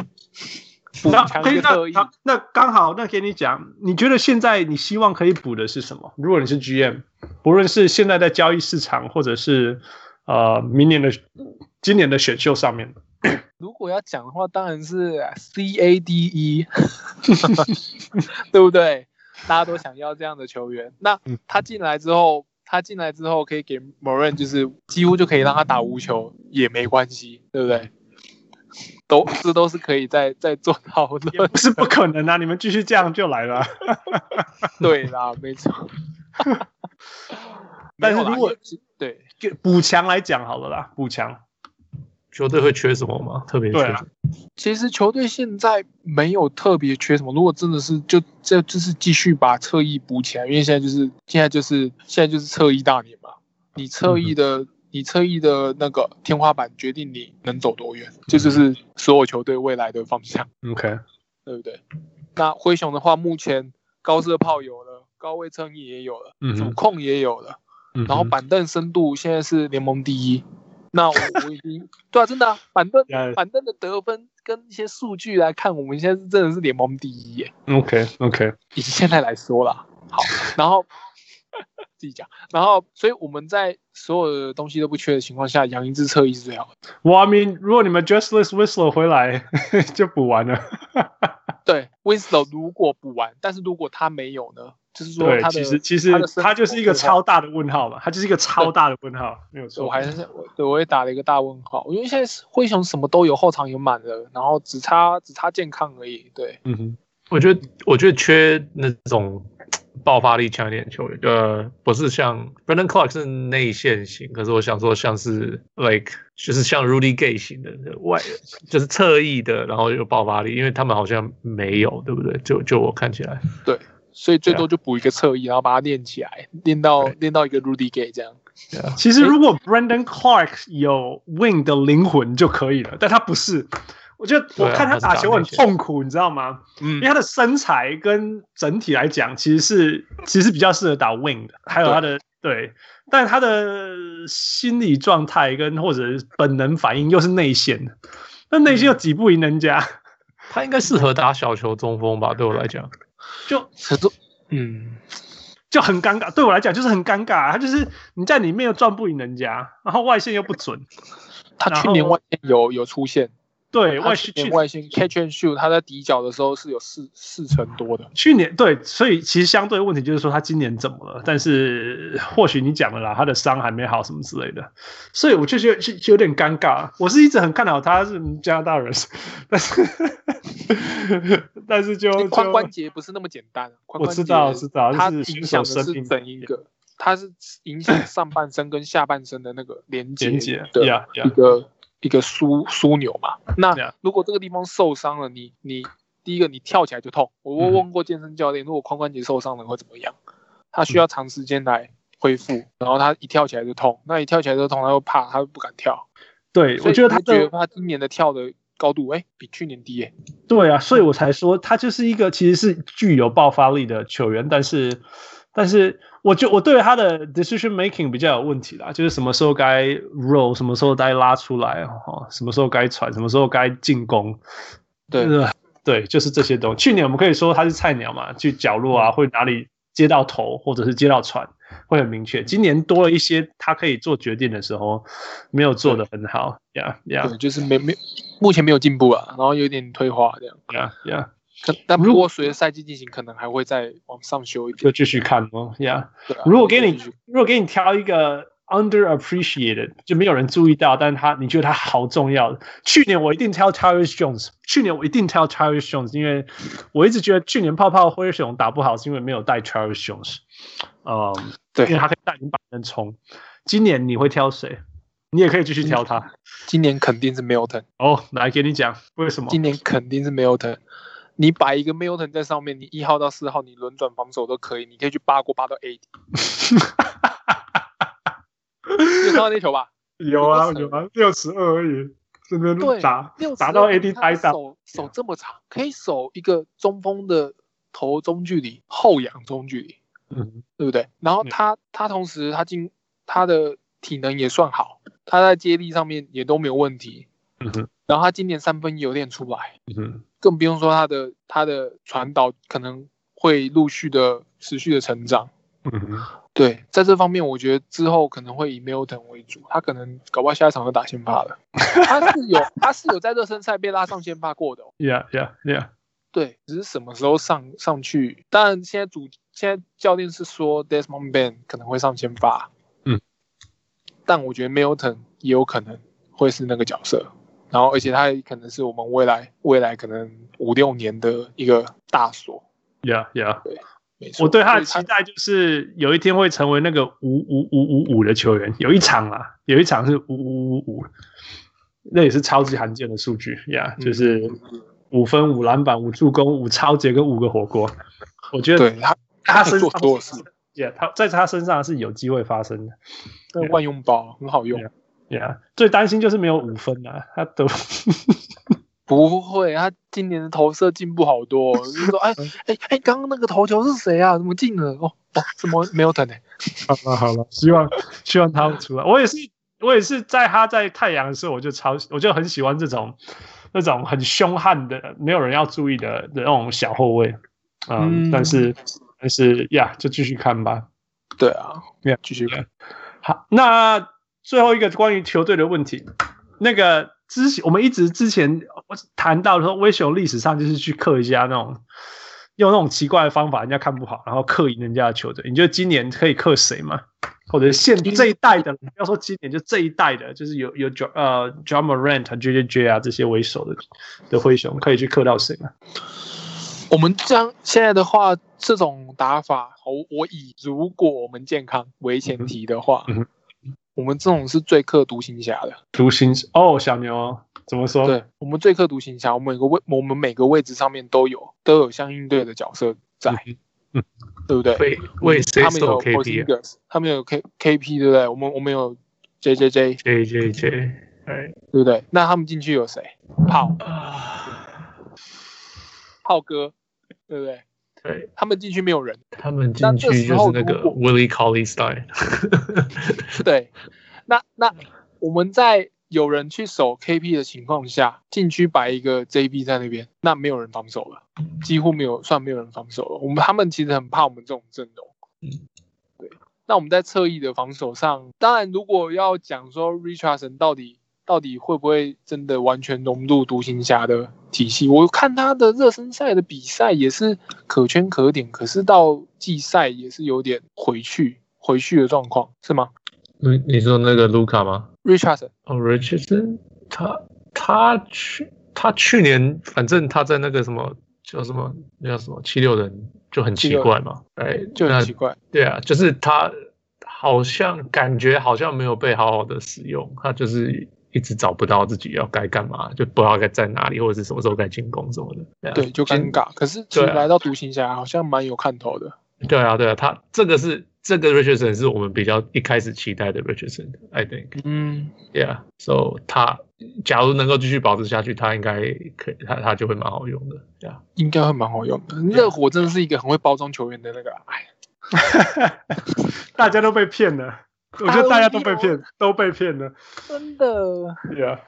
D: 补
C: 那
D: 强
C: 可以
D: 跟
C: 那
D: 特意，
C: 那那刚好，那给你讲，你觉得现在你希望可以补的是什么？如果你是 GM，不论是现在在交易市场，或者是呃明年的、今年的选秀上面，
D: 如果要讲的话，当然是呃 C A D E，对不对？大家都想要这样的球员。那
C: 嗯
D: 他进来之后，他进来之后可以给某人就是几乎就可以让他打无球也没关系，对不对？都这都是可以再再做讨
C: 也
D: 论。
C: 不是不可能啊！你们继续这样就来了啊。
D: 对啦，没错。
C: 但是
D: 没有啦
C: 如果
D: 对
C: 就补强来讲好了啦，补强
E: 球队会缺什么吗？特别缺
C: 对
E: 什
C: 啊
E: 么？
D: 其实球队现在没有特别缺什么，如果真的是就这就是继续把侧翼补起来，因为现在就是现在就是现在就是侧翼大年嘛，你侧翼的、
C: 嗯
D: 你侧翼的那个天花板决定你能走多远，
C: 嗯
D: 这就是所有球队未来的方向，
C: ，OK，
D: 对不对？那灰熊的话，目前高射炮有了，高位侧翼也有了，
E: 嗯
D: 主
E: 哼，
D: 控也有了，
E: 嗯哼
D: 然后板凳深度现在是联盟第一。那我我已经对啊，真的、啊、板 凳
C: 呃
D: 板凳的得分跟一些数据来看，我们现在是真的是联盟第一耶，
C: ，OK OK，
D: 以现在来说啦。好，然后自己讲，然后所以我们在所有的东西都不缺的情况下，杨一志侧翼是最好的。
C: 我 I mean，如果你们 Justless Whistler 回来 就补完了，
D: 对 w i n s l o w 如果补完，但是如果他没有呢？就是说
C: 对
D: 他，的
C: 其实其实
D: 他的生
C: 它就是一个
D: 活规划
C: 超大的问号嘛，它就是一个超大的问号，没有错。
D: 我还是我对我也打了一个大问号，因为现在是灰熊什么都有，后场也满了，然后只差只差健康而已。对，
C: 嗯哼，
E: 我觉得，我觉得缺那种爆发力强一点的球员，呃，不是像 Brandon Clark 是内线型，可是我想说像是 like 就是像 Rudy Gay 型的外，就是侧翼的，然后有爆发力，因为他们好像没有，对不对？就就我看起来，
D: 所以最
E: 对啊
D: 多就补一个侧翼，然后把它练起来，练到
E: 对
D: 练到一个 Rudy Gay 这样。
E: 对啊，
C: 其实如果 Brandon Clark 有 Wing 的灵魂就可以了，但他不是。我觉得我
E: 对啊
C: 看他
E: 他是
C: 打球
E: 打
C: 很
E: 内线
C: 痛苦，你知道吗？因
D: 嗯
C: 为，他的身材跟整体来讲，其实是其实比较适合打 wing 的，还有他的对，但他的心理状态跟或者是本能反应又是内线的，那内线又挤不赢人家，
E: 他应该适合打小球中锋吧？对我来讲，
C: 就
D: 很多嗯，
C: 就很尴尬。对我来讲就是很尴尬、他就是你在里面又撞不赢人家，然后外线又不准，
D: 他
C: 然
D: 去年
C: 后
D: 外线有有出现，
C: 对
D: 他
C: 外
D: 去
C: 线
D: 年
C: 去
D: 外线 catch and shoot，他在底角的时候是有四四成多的。
C: 去年对，所以其实相对问题就是说他今年怎么了？但是或许你讲了啦，他的伤还没好什么之类的，所以我就觉得就就有点尴尬。我是一直很看好他是加拿大人， 但是但是就
D: 髋
C: 就
D: 关节不是那么简单，啊
C: 我
D: 髋关
C: 知
D: 节
C: 道知道
D: 它
C: 就是
D: 影响
C: 新手
D: 的
C: 生
D: 是
C: 命
D: 整一个，它是影响上半身跟下半身的那个连接
C: 连接
D: 的
C: ，yeah
D: 一
C: yeah，
D: 个一个枢枢纽嘛。
C: Yeah
D: 那如果这个地方受伤了，你你第一个你跳起来就痛。我我
E: 嗯
D: 问过健身教练，如果髋关节受伤了会怎么样？
C: 嗯
D: 他需要长时间来恢复，然后他一跳起来就痛，那一跳起来就痛，他又怕，他又不敢跳。
C: 对，
D: 所
C: 我
D: 以
C: 觉得他
D: 你就觉得
C: 的
D: 他今年的跳的高度，哎，比去年低耶。
C: 对啊，所以我才说他就是一个其实是具有爆发力的球员，但是但是我就我对他的 decision making 比较有问题啦，就是什么时候该 roll，什么时候该拉出来哦，什么时候该传，什么时候该进攻，
D: 对，
C: 呃对，就是这些东西。去年我们可以说他是菜鸟嘛，去角落啊，会哪里接到头或者是接到传，会很明确。今年多了一些他可以做决定的时候，没有做得很好呀呀
D: 对，就是没没，目前没有进步啊，然后有点退化这样。
C: 呀呀，
D: 可但不过随着赛季进行，可能还会再往上修一
C: 就
D: 点。
C: 继续看哦呀。
D: 对啊
C: 如果给你
D: 继续
C: 如果给你挑一个 underappreciated，就没有人注意到，但是他你觉得他好重要。去年我一定挑 Tyrus Jones，去年我一定挑 Tyrus Jones，因为我一直觉得去年泡泡灰熊打不好是因为没有带 Tyrus Jones，嗯，
D: 对
C: 因为他可以带领板凳冲。今年你会挑谁？你也可以继续挑他。
D: 今年肯定是 Milton，
C: 哦，来给你讲为什么？
D: 今年肯定是 Milton。你摆一个 Milton 在上面，你一号到四号，你轮转防守都可以，你可以去八过八到 AD。你有看到那球吧？
C: 有啊有啊，六十二而已，这边
D: 对
C: 打
D: 六
C: 打到 AD
D: 拍
C: 呆到
D: 手手这么长，可以守一个中锋的头中距离、后仰中距离。
C: 嗯
D: 对不对？然后
C: 嗯
D: 他他同时他进他的体能也算好，他在接力上面也都没有问题。
C: 嗯哼
D: 然后他今年三分有点出来，
C: 嗯哼
D: 更不用说他的他的传导可能会陆续的持续的成长。
C: 嗯哼，
D: 对，在这方面，我觉得之后可能会以 Milton 为主，他可能搞不好下一场就打先发了。他是有他是有在热身赛被拉上先发过的哦、
C: 呀呀呀，
D: 对，只是什么时候上上去？当然，现在主现在教练是说 Desmond Ben 可能会上先发，
C: 嗯，
D: 但我觉得 Milton 也有可能会是那个角色，然后而且他也可能是我们未来未来可能五六年的一个大锁。
C: 呀呀。
D: 没错，
C: 我对他的
D: 所
C: 期
D: 以
C: 待就是有一天会成为那个五五五五五的球员，有一场啊，有一场是五五五五，那也是超级罕见的数据呀
D: 嗯
C: 就是五分、五篮板、五助攻、五超节跟五个火锅。我觉
D: 他
C: 得
D: 对他
C: 他
D: 可
C: 身
D: 以
C: 上
D: 做所有事，
C: ，yeah, 他在他身上是有机会发生的。
D: 那万用包很好用，
C: Yeah，最担心就是没有五分啊，他得
D: 不会，他今年的投射进步好多、哦，就是说
C: 嗯
D: 哎哎哎，刚刚那个投球是谁啊？怎么进了？哦哦，怎么 Milton 呢、
C: 好了好了，希望 希望他会出来。我也是，我也是在他在太阳的时候，我就超，我就很喜欢这种那种很凶悍的，没有人要注意的的那种小后卫。嗯，
D: 嗯
C: 但是但是呀，就继续看吧。
D: 对啊
C: Yeah，
D: 继续看。
C: 好，那最后一个关于球队的问题，那个之前我们一直之前我谈到说，威雄历史上就是去克一下那种。用那种奇怪的方法，人家看不好，然后克赢人家的球队。你觉得今年可以克谁吗？或者现这一代的，不要说今年，就这一代的，就是有有 J 呃 j a m a r a n t J J J 啊这些为首的的灰熊，可以去克到谁吗？
D: 我们这样现在的话，这种打法，我我以如果我们健康为前提的话，
C: 嗯哼
D: 我们这种是最克独行侠的。
C: 独行哦，小牛怎么说？
D: 对，我们最克独行侠，我们每个位我们每个位置上面都有都有相应对的角色在，
C: 嗯
D: 对不对？
E: 为为谁
D: 他们
E: 守
D: 有
E: KP 啊
D: Porzingis，他们有 K K P，对不对？我们我们有 J J J，
E: ？J J J，哎
D: 对不对？那他们进去有谁？炮
E: 啊，
D: 炮哥，对不对？
E: 对
D: 他们进去没有人，
E: 他们
D: 那
E: 进
D: 这
E: 去
D: 时
E: 就
D: 候
E: 是那
D: 如
E: 个
D: 果
E: Willie Cauley Stein，
D: 对，那那我们在有人去守 KP 的情况下，禁区摆一个 JB 在那边，那没有人防守了，几乎没有，算没有人防守了。我们他们其实很怕我们这种阵容。
E: 嗯
D: 对，那我们在侧翼的防守上，当然如果要讲说 Richardson 到底到底会不会真的完全融入独行侠的体系？我看他的热身赛的比赛也是可圈可点，可是到季赛也是有点回去回去的状况，是吗
E: 你你说那个 Luca 吗？
D: ？Richardson
E: 哦，Richardson，他他去他去年反正他在那个什么叫什么那叫什么七六人就很奇
D: 76
E: 怪嘛，哎，
D: 就
E: 那
D: 很奇怪，
E: 对啊，就是他好像感觉好像没有被好好的使用，他就是一直找不到自己要该干嘛，就不知道该在哪里或者是什么时候该进攻什么的。对,、啊、
D: 对，就尴
E: 今
D: 尬。可是其实
E: 对啊
D: 来到独行侠好像蛮有看头的，
E: 对啊，对啊，他这个是这个 Richardson 是我们比较一开始期待的 Richardson，I think。
D: 嗯，
E: Yeah，so 他假如能够继续保持下去，他应该可以，他他就会蛮好用的。Yeah，
D: 应该会蛮好用的。热火真的是一个很会包装球员的那个，哎，
C: 大家都被骗了，我觉得大家都被骗，都被骗了。
D: 真的
C: Yeah，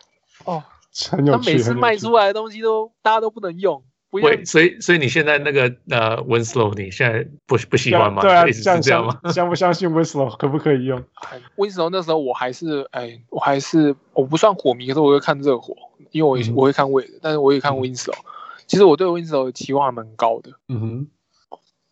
D: 哦，
C: 很有
D: 他
C: 趣。
D: 每次
C: 很有
D: 卖
C: 趣
D: 出来的东西都大家都不能用，不要
E: 喂，所以所以你现在那个呃，Winslow，你现在不不喜欢吗？
C: 对啊，
E: 一直是这样吗？
C: 相相不相信 Whistle 可不可以用？
D: 温柔那时候我还是哎，我还是我不算火迷，可是我会看热火，因为我也、
E: 嗯
D: 我会看魏的，但是我也看温柔。其实我对温柔的期望还蛮高的，
C: 嗯哼，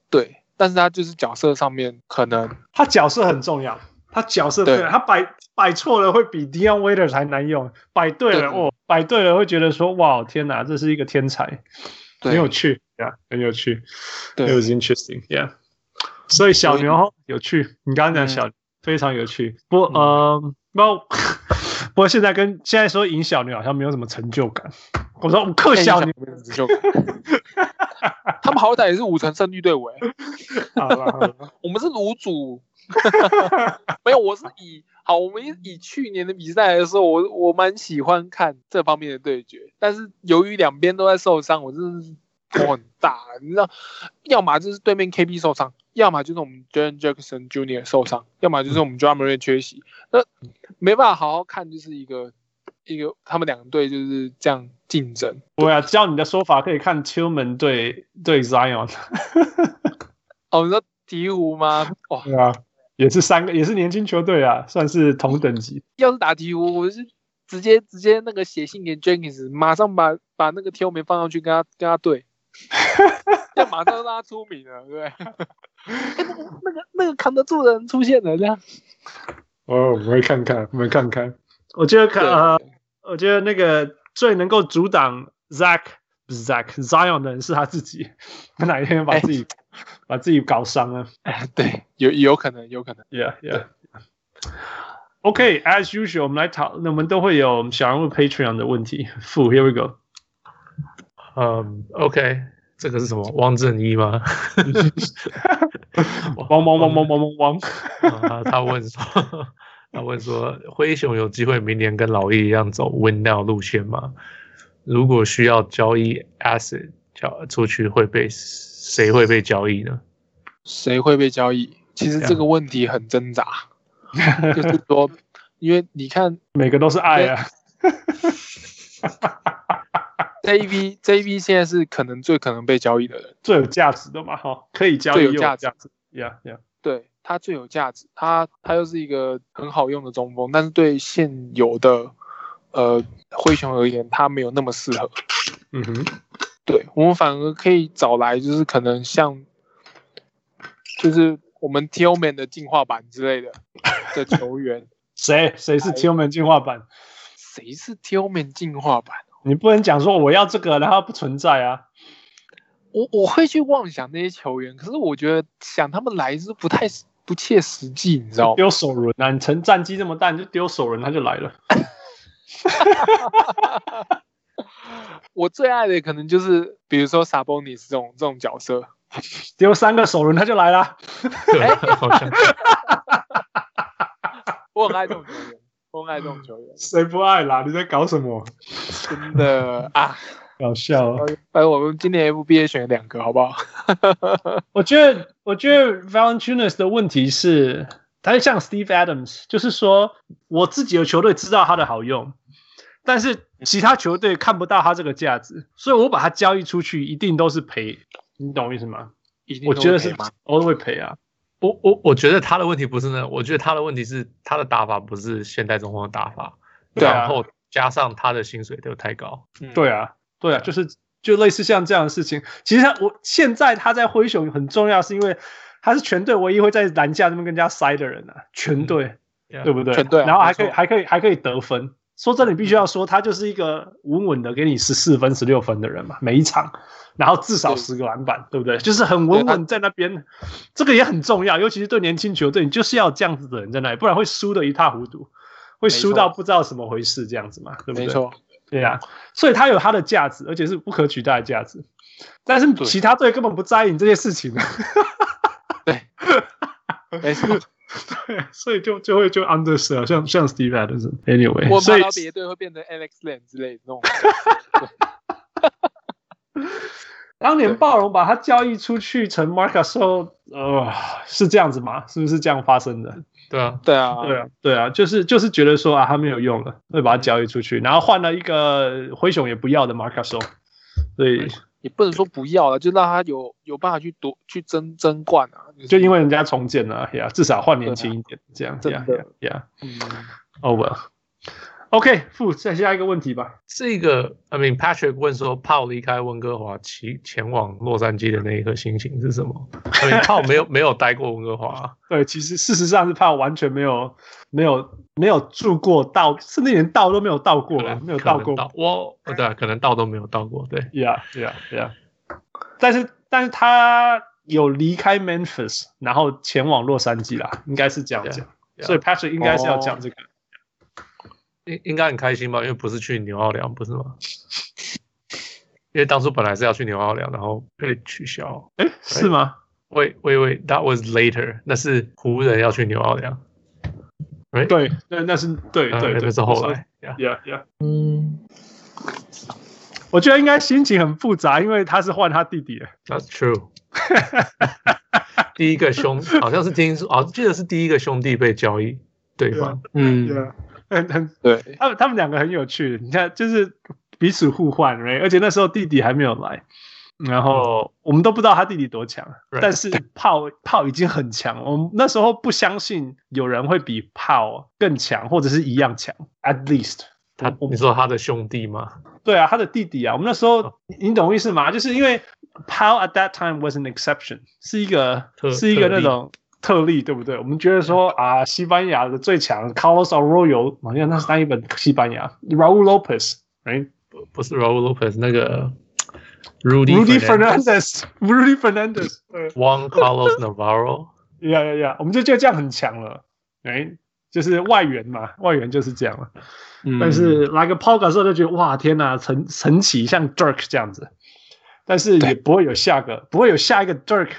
D: 对，但是他就是角色上面可能
C: 他角色很重要，他角色
D: 对
C: 非常他摆摆错了会比 Dion Waiters 还难用，摆对
D: 对
C: 了哦，摆对了会觉得说哇天哪，这是一个天才，很
D: 对
C: 有趣，Yeah，很有趣
D: 对
C: ，It was interesting，Yeah。所以小
D: 所以
C: 牛有趣，你刚刚讲
D: 嗯
C: 小牛非常有趣，不过呃，不过 不过现在跟现在说赢小牛好像没有什么成就感。我说我克 小牛，
D: 就 他们好歹也是五成胜率队伍、哎
C: 好了好了，
D: 我们是卤煮， 没有，我是以好，我们以去年的比赛来说，我我蛮喜欢看这方面的对决，但是由于两边都在受伤，我真的是头很大，啊你知道，要么就是对面 KB 受伤，要么就是我们 Jaren Jackson Jr. 受伤，要么就是我们 Drummond 缺席，那没办法好好看，就是一个一个他们两队就是这样竞争，
C: 对啊，照你的说法，可以看 Tillman 对对 Zion，
D: 哦，你说鹈鹕吗？哇、
C: 对啊，也是三个，也是年轻球队啊，算是同等级。
D: 要是打鹈鹕，我是直接直接那个写信给 Jenkins，马上把把那个 t i l m a n 放上去跟他跟他 对，这样马上就让他出名了，对不对？ 哎那个那个那个扛得住的人出现了，这样
C: 哦，我们会看看，我们看看。我觉得看，呃，我觉得那个最能够阻挡 Zach 不是 Zach Zion 的人是他自己， 他哪一天把自己、把自己搞伤了
D: 对，有有可能有可能，
C: ？Yeah, yeah. OK，as、usual，我们来讨，我们都会有小人物 Patreon 的问题。f here we go。
E: 嗯，OK，这个是什么？汪正一吗？
C: 汪汪汪汪汪汪汪。
E: 啊，他问说， 他问说，灰熊有机会明年跟老鹰一样走 Win Now 路线吗？如果需要交易 Asset 交出去，会被谁会被交易呢？
D: 谁会被交易？其实这个问题很挣扎，就是说，因为你看
C: 每个都是爱啊。
D: JV JV 现在是可能最可能被交易的人。
C: 最有价值的嘛，哈，可以交易
D: 最有
C: 又
D: 价值
C: 值，Yeah Yeah，
D: 对他最有价值，他他又是一个很好用的中锋，但是对现有的呃灰熊而言，他没有那么适合。
C: 嗯哼，
D: 对我们反而可以找来，就是可能像，就是我们 Tillman 的进化版之类的的球员。
C: 谁谁是 Tillman 进化版？
D: 谁是 Tillman 进化版？
C: 你不能讲说我要这个，然后不存在啊。
D: 我我会去妄想那些球员，可是我觉得想他们来是不太不切实际，你知道吗？
C: 丢首轮啊！你成战绩这么大，你就丢首轮，他就来了。
D: 我最爱的可能就是比如说 Sabonis 这种这种角色，
C: 丢三个首轮，他就来了。
E: 对，啊好像
D: 我很爱这种球员，我很爱这种球员，
C: 谁不爱啦？你在搞什么？
D: 真的啊！
C: 搞笑哦、
D: 哎，我们今年 FBA 选了两个，好不好？
C: 我觉得，我觉得 Valanciunas 的问题是，他像 Steve Adams，就是说我自己的球队知道他的好用，但是其他球队看不到他这个价值，所以我把他交易出去，一定都是赔。你懂我意思吗？
D: 一定
C: 我
D: 都
C: 觉得
D: 可以
C: 是
D: 吗？
C: 我都会赔啊。
E: 我我我觉得他的问题不是呢，我觉得他的问题是他的打法不是现代中锋的打法，
C: 对啊
E: 然后加上他的薪水都太高，
D: 嗯
C: 对啊，对啊，就是就类似像这样的事情。其实他我现在他在灰熊很重要，是因为他是全队唯一会在篮下这边跟人家塞的人啊，全队。对不对？
D: 嗯全对啊
C: 然后还可以
D: 没错
C: 还可以还可以得分。说真的，你必须要说他就是一个稳稳的给你十四分、十六分的人嘛，每一场，然后至少
D: 对
C: 十个篮板，对不对？就是很稳
D: 对
C: 稳在那边，这个也很重要，尤其是对年轻球队，你就是要这样子的人在那里，不然会输的一塌糊涂，会输
D: 没错
C: 到不知道什么回事这样子嘛，对不对？
D: 嗯没错，
C: 对啊，所以它有它的价值，而且是不可取代的价值。但是
D: 对
C: 其他队根本不在意你这些事情，啊
D: 没错。
C: 对， 所以就就会就 undersell，像像 Steve Adams。Anyway，
D: 我
C: 所
D: 怕
C: 以
D: 到别队会变成 Alex Len 之类的 那种。
C: 当年暴龙把他交易出去成 Marcus 后，呃，是这样子吗？是不是这样发生的？
E: 对啊，
D: 对啊，
C: 对啊，对啊，就是就是觉得说啊，他没有用了，会把他交易出去，然后换了一个灰熊也不要的 Marcus，所以
D: 也不能说不要了，就让他有有办法去夺去争争冠啊。就是
C: 就因为人家重建了啊呀，至少换年轻一点，这样
D: 真
C: 呀
D: 的
C: 呀呀
D: 嗯，
C: ，Oh well。OK，傅，再下一个问题吧。
E: 这个 I mean Patrick 问说，炮离开温哥华，前前往洛杉矶的那一刻心情是什么 ？I mean 炮没有没有待过温哥华啊，
C: 对，其实事实上是怕完全没有、没有、没有住过到，甚至连到都没有到过啊
E: 可能，
C: 没有到过
E: 可能我对啊，可能到都没有到过，对，
C: Yeah, yeah, yeah。但是，但是他有离开 Memphis，然后前往洛杉矶啦，应该是这样讲。
E: Yeah, 哦 yeah.
C: 所以 Patrick 应该是要讲这个。
E: 应应该很开心吧，因为不是去纽奥良，不是吗？ 因为当初本来是要去纽奥良，然后被取消。
C: 哎、是吗？
E: Wait, wait, wait. That was later. 那是湖人要去纽奥良，
C: 对，那那是对
E: 呃
C: 对对，
E: 那是后来。Yeah.
C: Yeah, yeah。
E: 嗯
C: 我觉得应该心情很复杂，因为他是换他弟弟了。
E: ，That's true. 第一个兄好像是听说，啊，记得是第一个兄弟被交易对方。
C: 啊
D: 嗯，
C: 很很
D: 对，
C: 他们他们两个很有趣，你看，就是彼此互换，right？而且那时候弟弟还没有来，然后我们都不知道他弟弟多强
E: 嗯 Right
C: 但是炮炮已经很强，我们那时候不相信有人会比炮更强，或者是一样强，at least。
E: 他，
C: 啊
E: 你说他的兄弟吗？
C: 对啊，他的弟弟啊，我们那时
E: 哦
C: 候你你懂我意思吗？就是因为 Powell at that time was an exception，是一个
E: 特
C: 是一个那种特例，对不对？我们觉得说啊，西班牙的最强 Carlos Arroyo，好像那是那一本西班牙 Raul Lopez，right？
E: 不不是 Raul Lopez 那个 Rudy
C: Rudy
E: Fernandez
C: Fernandez，Rudy Fernandez，对
E: Juan Carlos Navarro。
C: 呀呀呀，我们就觉得这样很强了，right？就是外援嘛，外援就是这样了。
E: 嗯
C: 但是来个 p o g a 时候就觉得哇天哪，神神奇像 Dirk 这样子，但是也不会有下个，不会有下一个 Dirk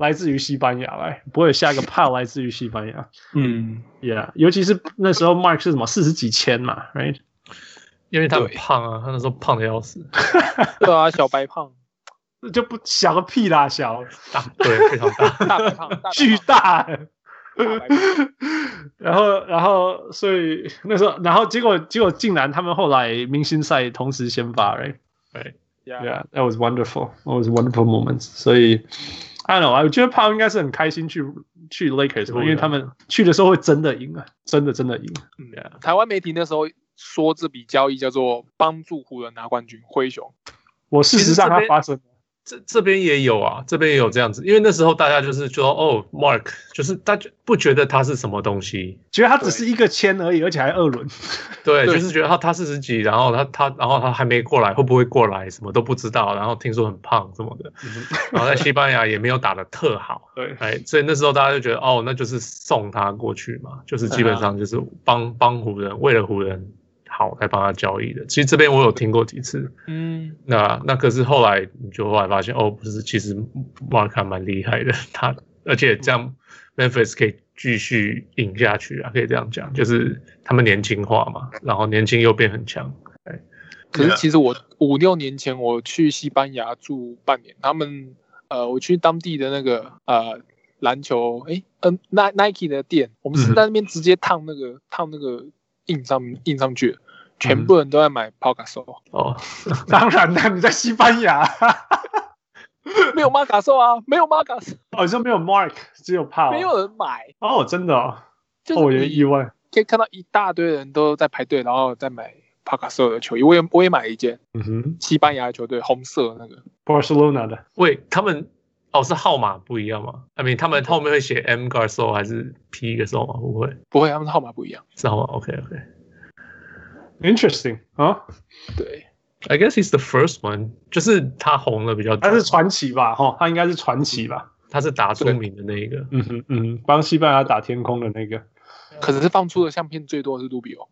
C: 来自于西班牙来，不会有下一个 p a 来自于西班牙
D: 嗯，
C: ，Yeah，尤其是那时候 Mark 是什么四十几千嘛，Right？
E: 因为他很
D: 对
E: 胖啊，他那时候胖的要死，
D: 对啊，小白胖，。
C: 这就不小个屁啦，小
E: 大啊对非常大
D: 大白胖，大白胖
C: 巨，大。
D: 大白胖
C: 然后，然后，所以那时候，然后结果，结果竟然他们后来明星赛同时先发，right？
D: Yeah，
C: Yeah, that was wonderful. That was wonderful moments. 所以，I don't know，我觉得 Paul 应该是很开心去去 Lakers，吧
E: 对啊
C: 因为他们去的时候会真的赢啊，真的真的赢。啊
E: Yeah
D: 台湾媒体那时候说这笔交易叫做帮助湖人拿冠军，灰熊。
C: 我事实上它发生了，
E: 这这边也有啊，这边也有这样子，因为那时候大家就是说，哦，Mark，就是大家不觉得他是什么东西，
C: 觉得它只是一个签而已，而且还二轮。
E: 对，
D: 对
E: 就是觉得他他四十几，然后他他然后他还没过来，会不会过来，什么都不知道，然后听说很胖什么的，然后在西班牙也没有打的特好，
C: 对，
E: 哎，所以那时候大家就觉得，哦，那就是送他过去嘛，就是基本上就是帮帮湖人，为了湖人好才帮他交易的。其实这边我有听过几次，
D: 嗯，
E: 那那可是后来你就后来发现，哦，不是，其实马尔卡蛮厉害的，他而且这样 Memphis 可以继续赢下去啊，可以这样讲，就是他们年轻化嘛，然后年轻又变很强。
D: 可
B: Yeah
D: 是其实我五六年前我去西班牙住半年，他们呃，我去当地的那个呃篮球，诶，嗯、呃、，Ni-，Nike 的店，我们是
E: 嗯
D: 在那边直接烫那个烫那个印上印上
C: 嗯
D: 去的，全部人都在买 p o c a s o
E: 哦，
C: 当然了，你在西班牙，
D: 没有 m a g a s o 啊，没有 m a g a s
C: 哦，就没有 Mark，只有 Paul，
D: 没有人买，
C: 哦，真的哦，
D: 就
C: 哦我
D: 是
C: 也意
D: 你
C: 外，
D: 可以看到一大堆人都在排队，然后在买 p o c a s o 的球衣，我也我也买了一件
C: 嗯哼
D: 西班牙球队红色的那个，
C: ，Barcelona 的，
E: 喂，他们哦是号码不一样吗？I mean，他们后面会写 M Garso 还是 P Garso 吗？不会，
D: 不会，他们号码不一样，
E: 是号码。OK OK。
C: Interesting 啊，
D: 对，
E: I guess he's the first one，就是他红了比较久，
C: 他是传奇吧？哈，他应该是传奇吧？
E: 他是打出名的那一个。
C: 嗯哼，嗯哼，帮西班牙打天空的那个。
D: 可是放出的相片最多的是卢比欧，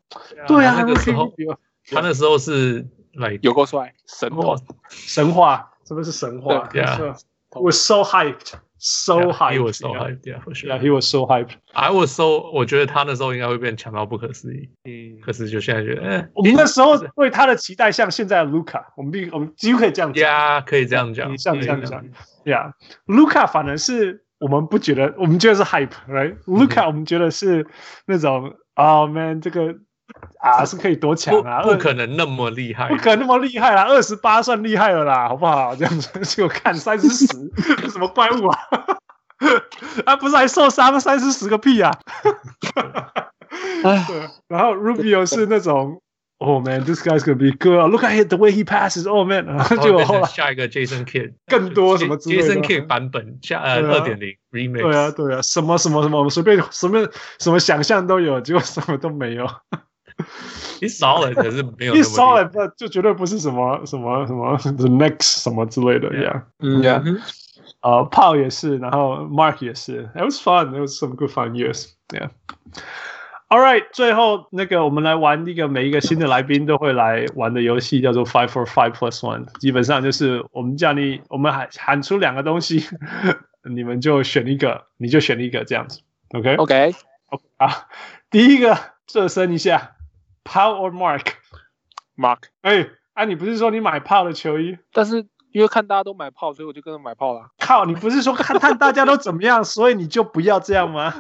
C: 对啊，
E: 他那个时候
C: Ricky Rubio
E: 他那时候是 like
D: 有够帅，神
E: 哇
D: 童，
C: 神话，真的是神话。
E: 对，yeah
C: 是 Was so hyped, so
E: yeah,
C: hyped.
E: he was so hyped, yeah, for
C: Yeah,
E: sure.
C: he 啊 was so hyped.
E: I was so，我觉得他那时候应该会变强到不可思议，
C: 嗯，
E: 可是就现在觉得，哎，
C: 我们那时候
E: 就是
C: 对他的期待像现在的 Luca，我们必我们几乎可以这样讲。
E: 呀，可以这样讲，
C: 嗯像
E: 可以
C: 这样讲。Yeah,
E: 嗯
C: Luca 反而是我们不觉得，我们觉得是
E: 嗯
C: hype，right？Luca 我们觉得是那种啊、man，这个啊是可以多强
E: 不
C: 啊，
E: 不可能那么厉害啊
C: 不，可能那么厉害啦，二十八算厉害了啦，好不好？这样子就看三十十，这什么怪物啊？ 啊，不是还受伤？三十十个屁啊！
D: 哎，
C: 对，然后 Rubio 是那种，Oh man, this guy's gonna be good. Oh, Look at him, the way he passes. Oh man，然后
E: 然后
C: 就
E: 变
C: 后
E: 成
C: 来，
E: 下一个 Jason Kidd，
C: 更多什么之类的
E: Jason Kidd 版本下呃
C: 对啊
E: 二点零 remix，
C: 对啊，对啊，什么什么什么，我们随便什么什么想象都有，结果什么都没有。
E: 你少了可是没有那么厉害
C: 一烧来不就绝对不是什么什么什么 the next 什么之类的
E: Yeah.
C: 呀。
D: 嗯
C: 呀呃，Paul 也是，然后 Mark 也是，It was fun, it was some good fun years, yeah. All right，最后那个我们来玩一个每一个新的来宾都会来玩的游戏，叫做 Five for Five Plus One。基本上就是我们叫你，我们喊喊出两个东西， 你们就选一个，你就选一个这样子，OK？
D: ，OK，
C: 好，第一个热身一下，Paul or Mark？
D: Mark，
C: 哎，啊，你不是说你买 Paul 的球衣？
D: 但是因为看大家都买炮，所以我就跟着买炮啦。
C: 靠，你不是说看看大家都怎么样，所以你就不要这样吗？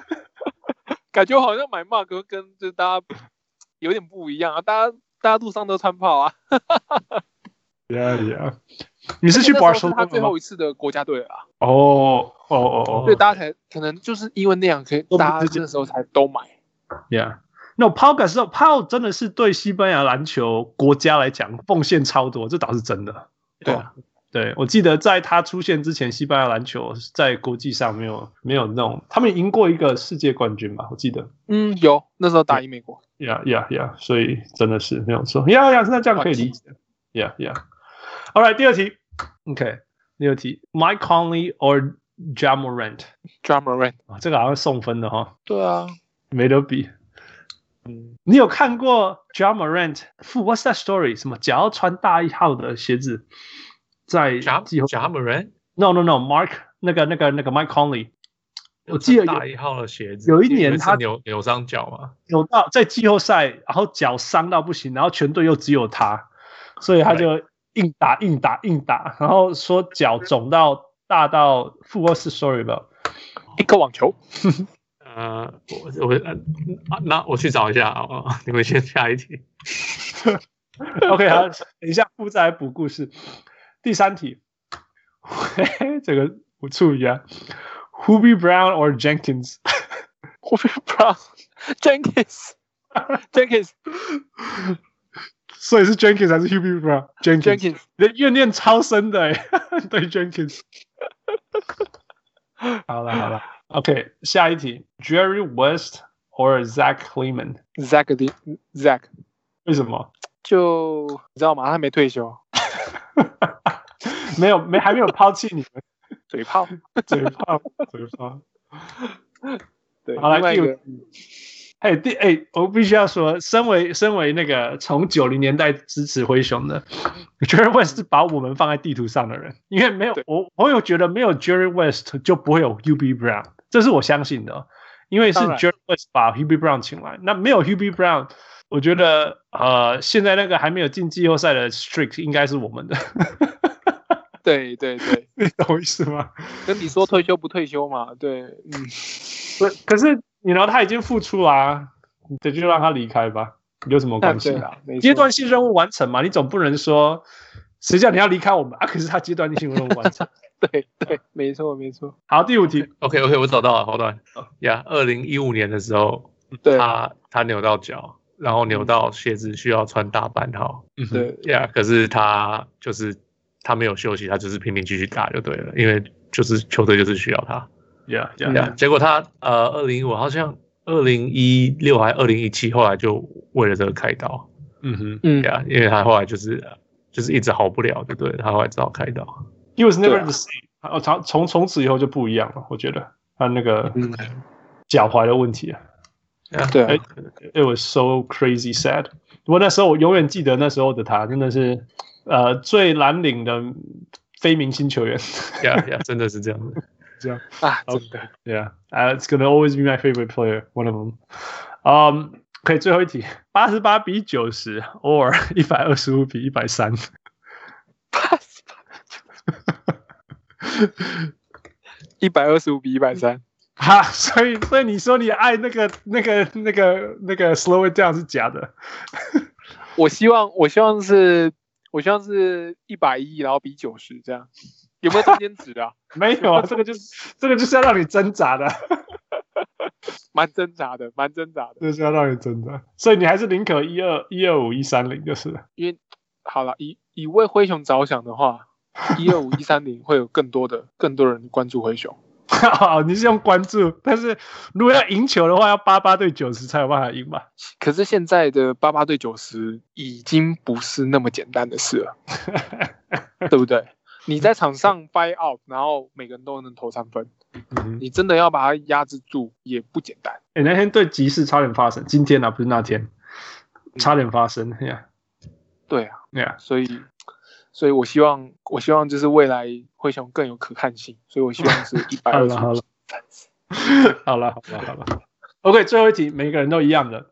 D: 感觉好像买 Mark 会跟就是大家有点不一样啊，大家大家路上都穿炮啊。
C: Yeah, yeah。你是去
D: 那时候是
C: Barcelona
D: 他最
C: 吗
D: 后？一次的国家队了啊，
C: 哦哦哦
D: 所以
C: 哦
D: 大家才可能就是因为那样，可以
C: 都不
D: 大
C: 直
D: 家
C: 接
D: 那时候才都买。
C: ，Yeah。那 Paul 感受，Paul 真的是对西班牙篮球国家来讲贡献超多，这倒是真的。
D: 对
E: 啊
C: 对，我记得在他出现之前，西班牙篮球在国际上没有没有那种，他们赢过一个世界冠军吧，我记得。
D: 嗯，有那时候打赢美国，
C: Yeah, yeah, yeah，所以真的是没有错。Yeah, yeah，那这样可以理解。Yeah, yeah。All right，第二题。OK，第二题，Mike Conley or Jamorant？
D: d r u m m e r a n
C: 啊，这个好像送分的哈，
D: 对啊，
C: 没得比。嗯，你有看过 Ja Morant《What's That Story》什么脚要穿大一号的鞋子，在
E: 贾
C: 季后
E: 贾 n 人，
C: No No No，Mark 那个那个那个 Mike Conley 我记得有
E: 大一号的鞋子，
C: 有一年
E: 因为是
C: 他
E: 扭扭伤脚嘛，
C: 有到在季后赛，然后脚伤到不行，然后全队又只有他，所以他就硬打硬打硬打，然后说脚肿到大到《What's That Story》吧。
D: 一颗网球，
E: 呃，我我呃啊那我去找一下啊，你们先下一题。
C: OK，好，等一下负债补故事。第三题， 这个我注意啊，Hubie Brown or Jenkins？
D: 我被 Brown Jenkins Jenkins
C: 所以是 Jenkins 还是 Hubie Brown？Jenkins，
D: Jenkins
C: 你的怨念超深的哎、对 Jenkins。好了好了，OK，下一题，Jerry West or Zach Cleman？
D: Zach D Zach
C: 为什么？
D: 就你知道吗？他没退休，
C: 没有没还没有抛弃你们，
D: 嘴炮。
C: 嘴炮嘴炮。
D: 对，
C: 好来
D: 另外一
C: 第五
D: 个
C: 哎，第哎，我必须要说，身为身为那个从九零年代支持灰熊的
D: 嗯
C: Jerry West 是把我们放在地图上的人，因为没有
D: 对
C: 我，我有觉得没有 Jerry West 就不会有 Hubie Brown，这是我相信的哦，因为是
D: 当然
C: Jerry West 把 Hubie Brown 请来，那没有 Hubie Brown，我觉得呃，现在那个还没有进季后赛的 Streak 应该是我们的，
D: 对对对，
C: 你懂我意思吗？
D: 跟你说退休不退休嘛？对，嗯，
C: 可可是你know 他已经付出啦、这就让他离开吧，有什么
D: 那
C: 关系
D: 对
C: 啊？
D: 啊，没错
C: 阶段性任务完成嘛，你总不能说谁叫你要离开我们 啊？可是他阶段性任务完成。
D: 对对，没错没错，
C: 好，第五题，
E: OK OK，我找到了，好短。呀，二零一五年的时候，
C: 嗯
D: 对嗯
E: 他他扭到脚，然后扭到鞋子需要穿大半号。
C: 嗯哼，
D: 对
E: 呀，可是他就是他没有休息，他就是拼命继续打就对了，因为就是球队就是需要他。
C: ，Yeah
E: 对啊
D: 嗯
C: Yeah，
E: 结果他呃，二零一五好像二零一六还二零一七，后来就为了这个开刀，
C: 嗯哼
D: 嗯
E: 对啊，因为他后来就是就是一直好不了，对不对？他后来只好开刀。
C: ，He was never
D: 对啊
C: the same。哦，从从从此以后就不一样了，我觉得他那个
E: 嗯，
C: 脚踝的问题啊
D: 对
C: 哎
D: 啊，
C: ，It was so crazy sad。不过那时候我永远记得那时候的他，真的是呃最蓝领的非明星球员。
E: 呀呀，真的是这样 的。
D: 啊，
C: 好
D: 真的
C: Yeah, uh, it's gonna always be my favorite player, one of them. Um, 可以最后一题，八十八比九十，or 一百二十五比一百三。
D: 一百二十五比一百三，
C: 哈，所以所以你说你爱那个那个那个那个 slow it down 是假的，
D: 我希望我希望是，我希望是一百一，然后比九十这样，有没有中间值啊？
C: 没有啊，这个就是这个就是要让你挣扎的，
D: 蛮挣扎的，蛮挣扎的。
C: 这就是要让你挣扎。所以你还是宁可一二一二五一三零就是 了。
D: 因为好了，以以为灰熊着想的话，一二五一三零会有更多的更多人关注灰熊。
C: 好，你是用关注，但是如果要赢球的话，要八八对九十才有办法赢吧。
D: 可是现在的八八对九十已经不是那么简单的事 了，对不对？你在场上 buy out，然后每个人都能投三分，
C: 嗯哼
D: 你真的要把它压制住也不简单。
C: 哎、那天对集市差点发生，今天啊，不是那天，
D: 嗯
C: 差点发生，Yeah
D: 对啊，
C: Yeah，
D: 所以所以我希望我希望就是未来灰熊更有可看性，所以我希望是一百
C: 好
D: 二
C: 了
D: 十
C: 好了， 好了好了好了，OK，最后一题，每个人都一样的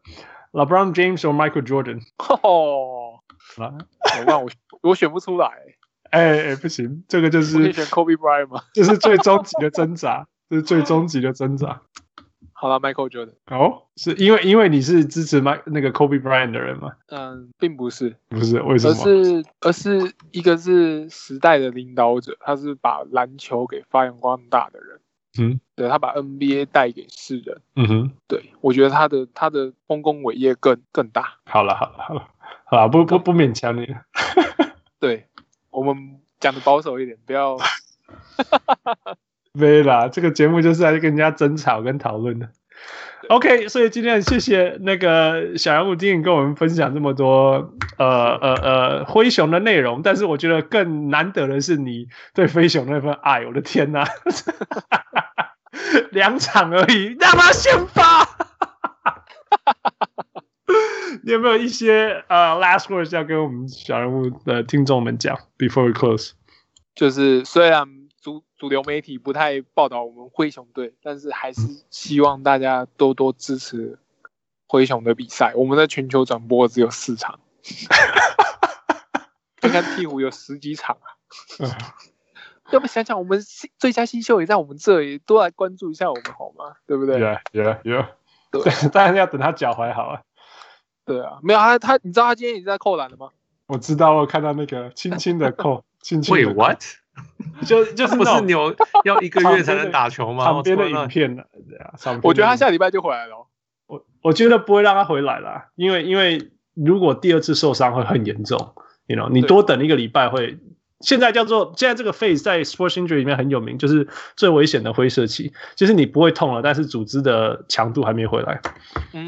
C: ，LeBron James or Michael Jordan？
D: 哦，
C: 好了，
D: 我忘我我选不出来、
C: 哎、哎，不行，这个就
D: 我可
C: 是
D: 以选 Kobe Bryant 吗？
C: 这是最终极的挣扎，这是最终极的挣扎。
D: 好了，Michael Jordan，
C: 哦，是因为因为你是支持 Mike 那个 Kobe Bryant 的人吗？
D: 嗯，并不是，
C: 不是，为什
D: 而
C: 么？
D: 是而是一个是时代的领导者，他是把篮球给发扬光大的人，
C: 嗯，
D: 对他把 NBA 带给世人，
C: 嗯哼，
D: 对我觉得他的他的丰功伟业更更大，
C: 好了好了好了，好了，不不不勉强你了。
D: 对我们讲的保守一点，不要
C: 没啦，这个节目就是来跟人家争吵跟讨论的。OK，所以今天很谢谢那个小杨武丁跟我们分享这么多呃呃呃灰熊的内容，但是我觉得更难得的是你对飞熊那份爱，我的天哪、两场而已，让他先发。 你有没有一些呃 last words 要跟我们小人物的听众们讲？Before we close，
D: 就是虽然主主流媒体不太报道我们灰熊队，但是还是
C: 嗯
D: 希望大家多多支持灰熊的比赛。我们的全球转播只有四场， 看看鹈鹕有十几场啊
C: 嗯。
D: 要不想想我们新最佳新秀也在我们这里，多来关注一下我们好吗？对不对？
C: Yeah, yeah, yeah.
D: 对
C: 对， 当然要等他脚踝好啊。
D: 对啊，没有他他，你知道他今天已经在扣篮了吗？
C: 我知道，我有看到那个轻轻的扣，轻轻
E: 喂
C: 的
E: ，What？
C: 就就是
E: 不
C: 那
E: 是
C: 种
E: 扭要一个月才能打球吗？
C: 旁边
E: 我
C: 的
E: 突然
C: 影片了。对啊，场边的
D: 我觉得他
C: 影
D: 下礼拜就回来了哦、
C: 我我觉得不会让他回来啦，因为因为如果第二次受伤会很严重，you know，你多等一个礼拜会。现在叫做现在这个 phase 在 sports injury 里面很有名，就是最危险的灰色期，就是你不会痛了，但是组织的强度还没回来，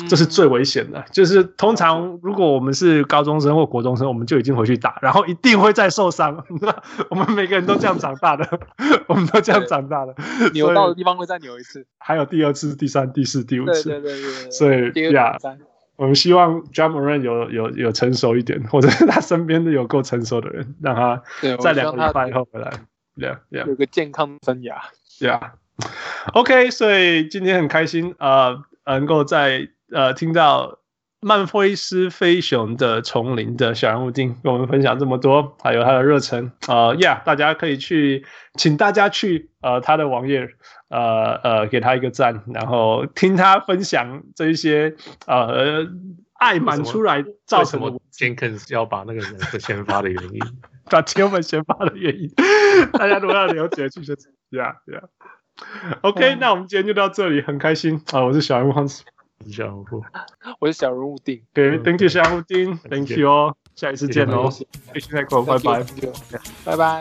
C: 这是
D: 嗯
C: 最危险的。就是通常如果我们是高中生或国中生，我们就已经回去打，然后一定会再受伤。 我们每个人都这样长大的， 我们都这样长大的，
D: 扭
C: 所
D: 到的
C: 以
D: 地方会再扭一次。
C: 还有第二次、第三、第四、第五
D: 对
C: 次。
D: 对对对对。
C: 所以
D: 第二
C: 呀
D: 个比赛
C: 我们希望 j a m a r a n 有有有成熟一点，或者是他身边的有够成熟的人，让他
D: 对，
C: 在两个礼
D: 他
C: 拜以后回来。Yeah, yeah.
D: 有个健康生涯。
C: Yeah. OK，所以今天很开心啊、呃，能够在呃听到曼菲斯飞熊的丛林的小人物丁跟我们分享这么多，还有他的热忱啊、呃、，Yeah，大家可以去，请大家去呃他的网页。呃呃，给他一个赞，然后听他分享这一些呃爱满出来造
E: 为什
C: 成的
E: 么 Jenkins 要把那个人的先发的原因？
C: 把天文先发的原因， 大家如果要了解，去学习啊，对啊。OK，、那我们今天就到这里，很开心啊、我是小人物 Hans，
E: 小人物，
D: 我是小人物定，
C: 给 Thank you 小人物丁，Thank you 哦，下一次见
E: 好
C: 哦，一起再见，拜拜。
D: Thank you，拜拜。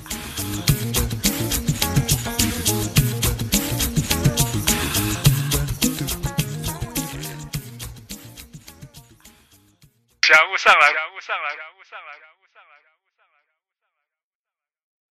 A: 小人物上来，小人物上来，小人物上来，小人物上来。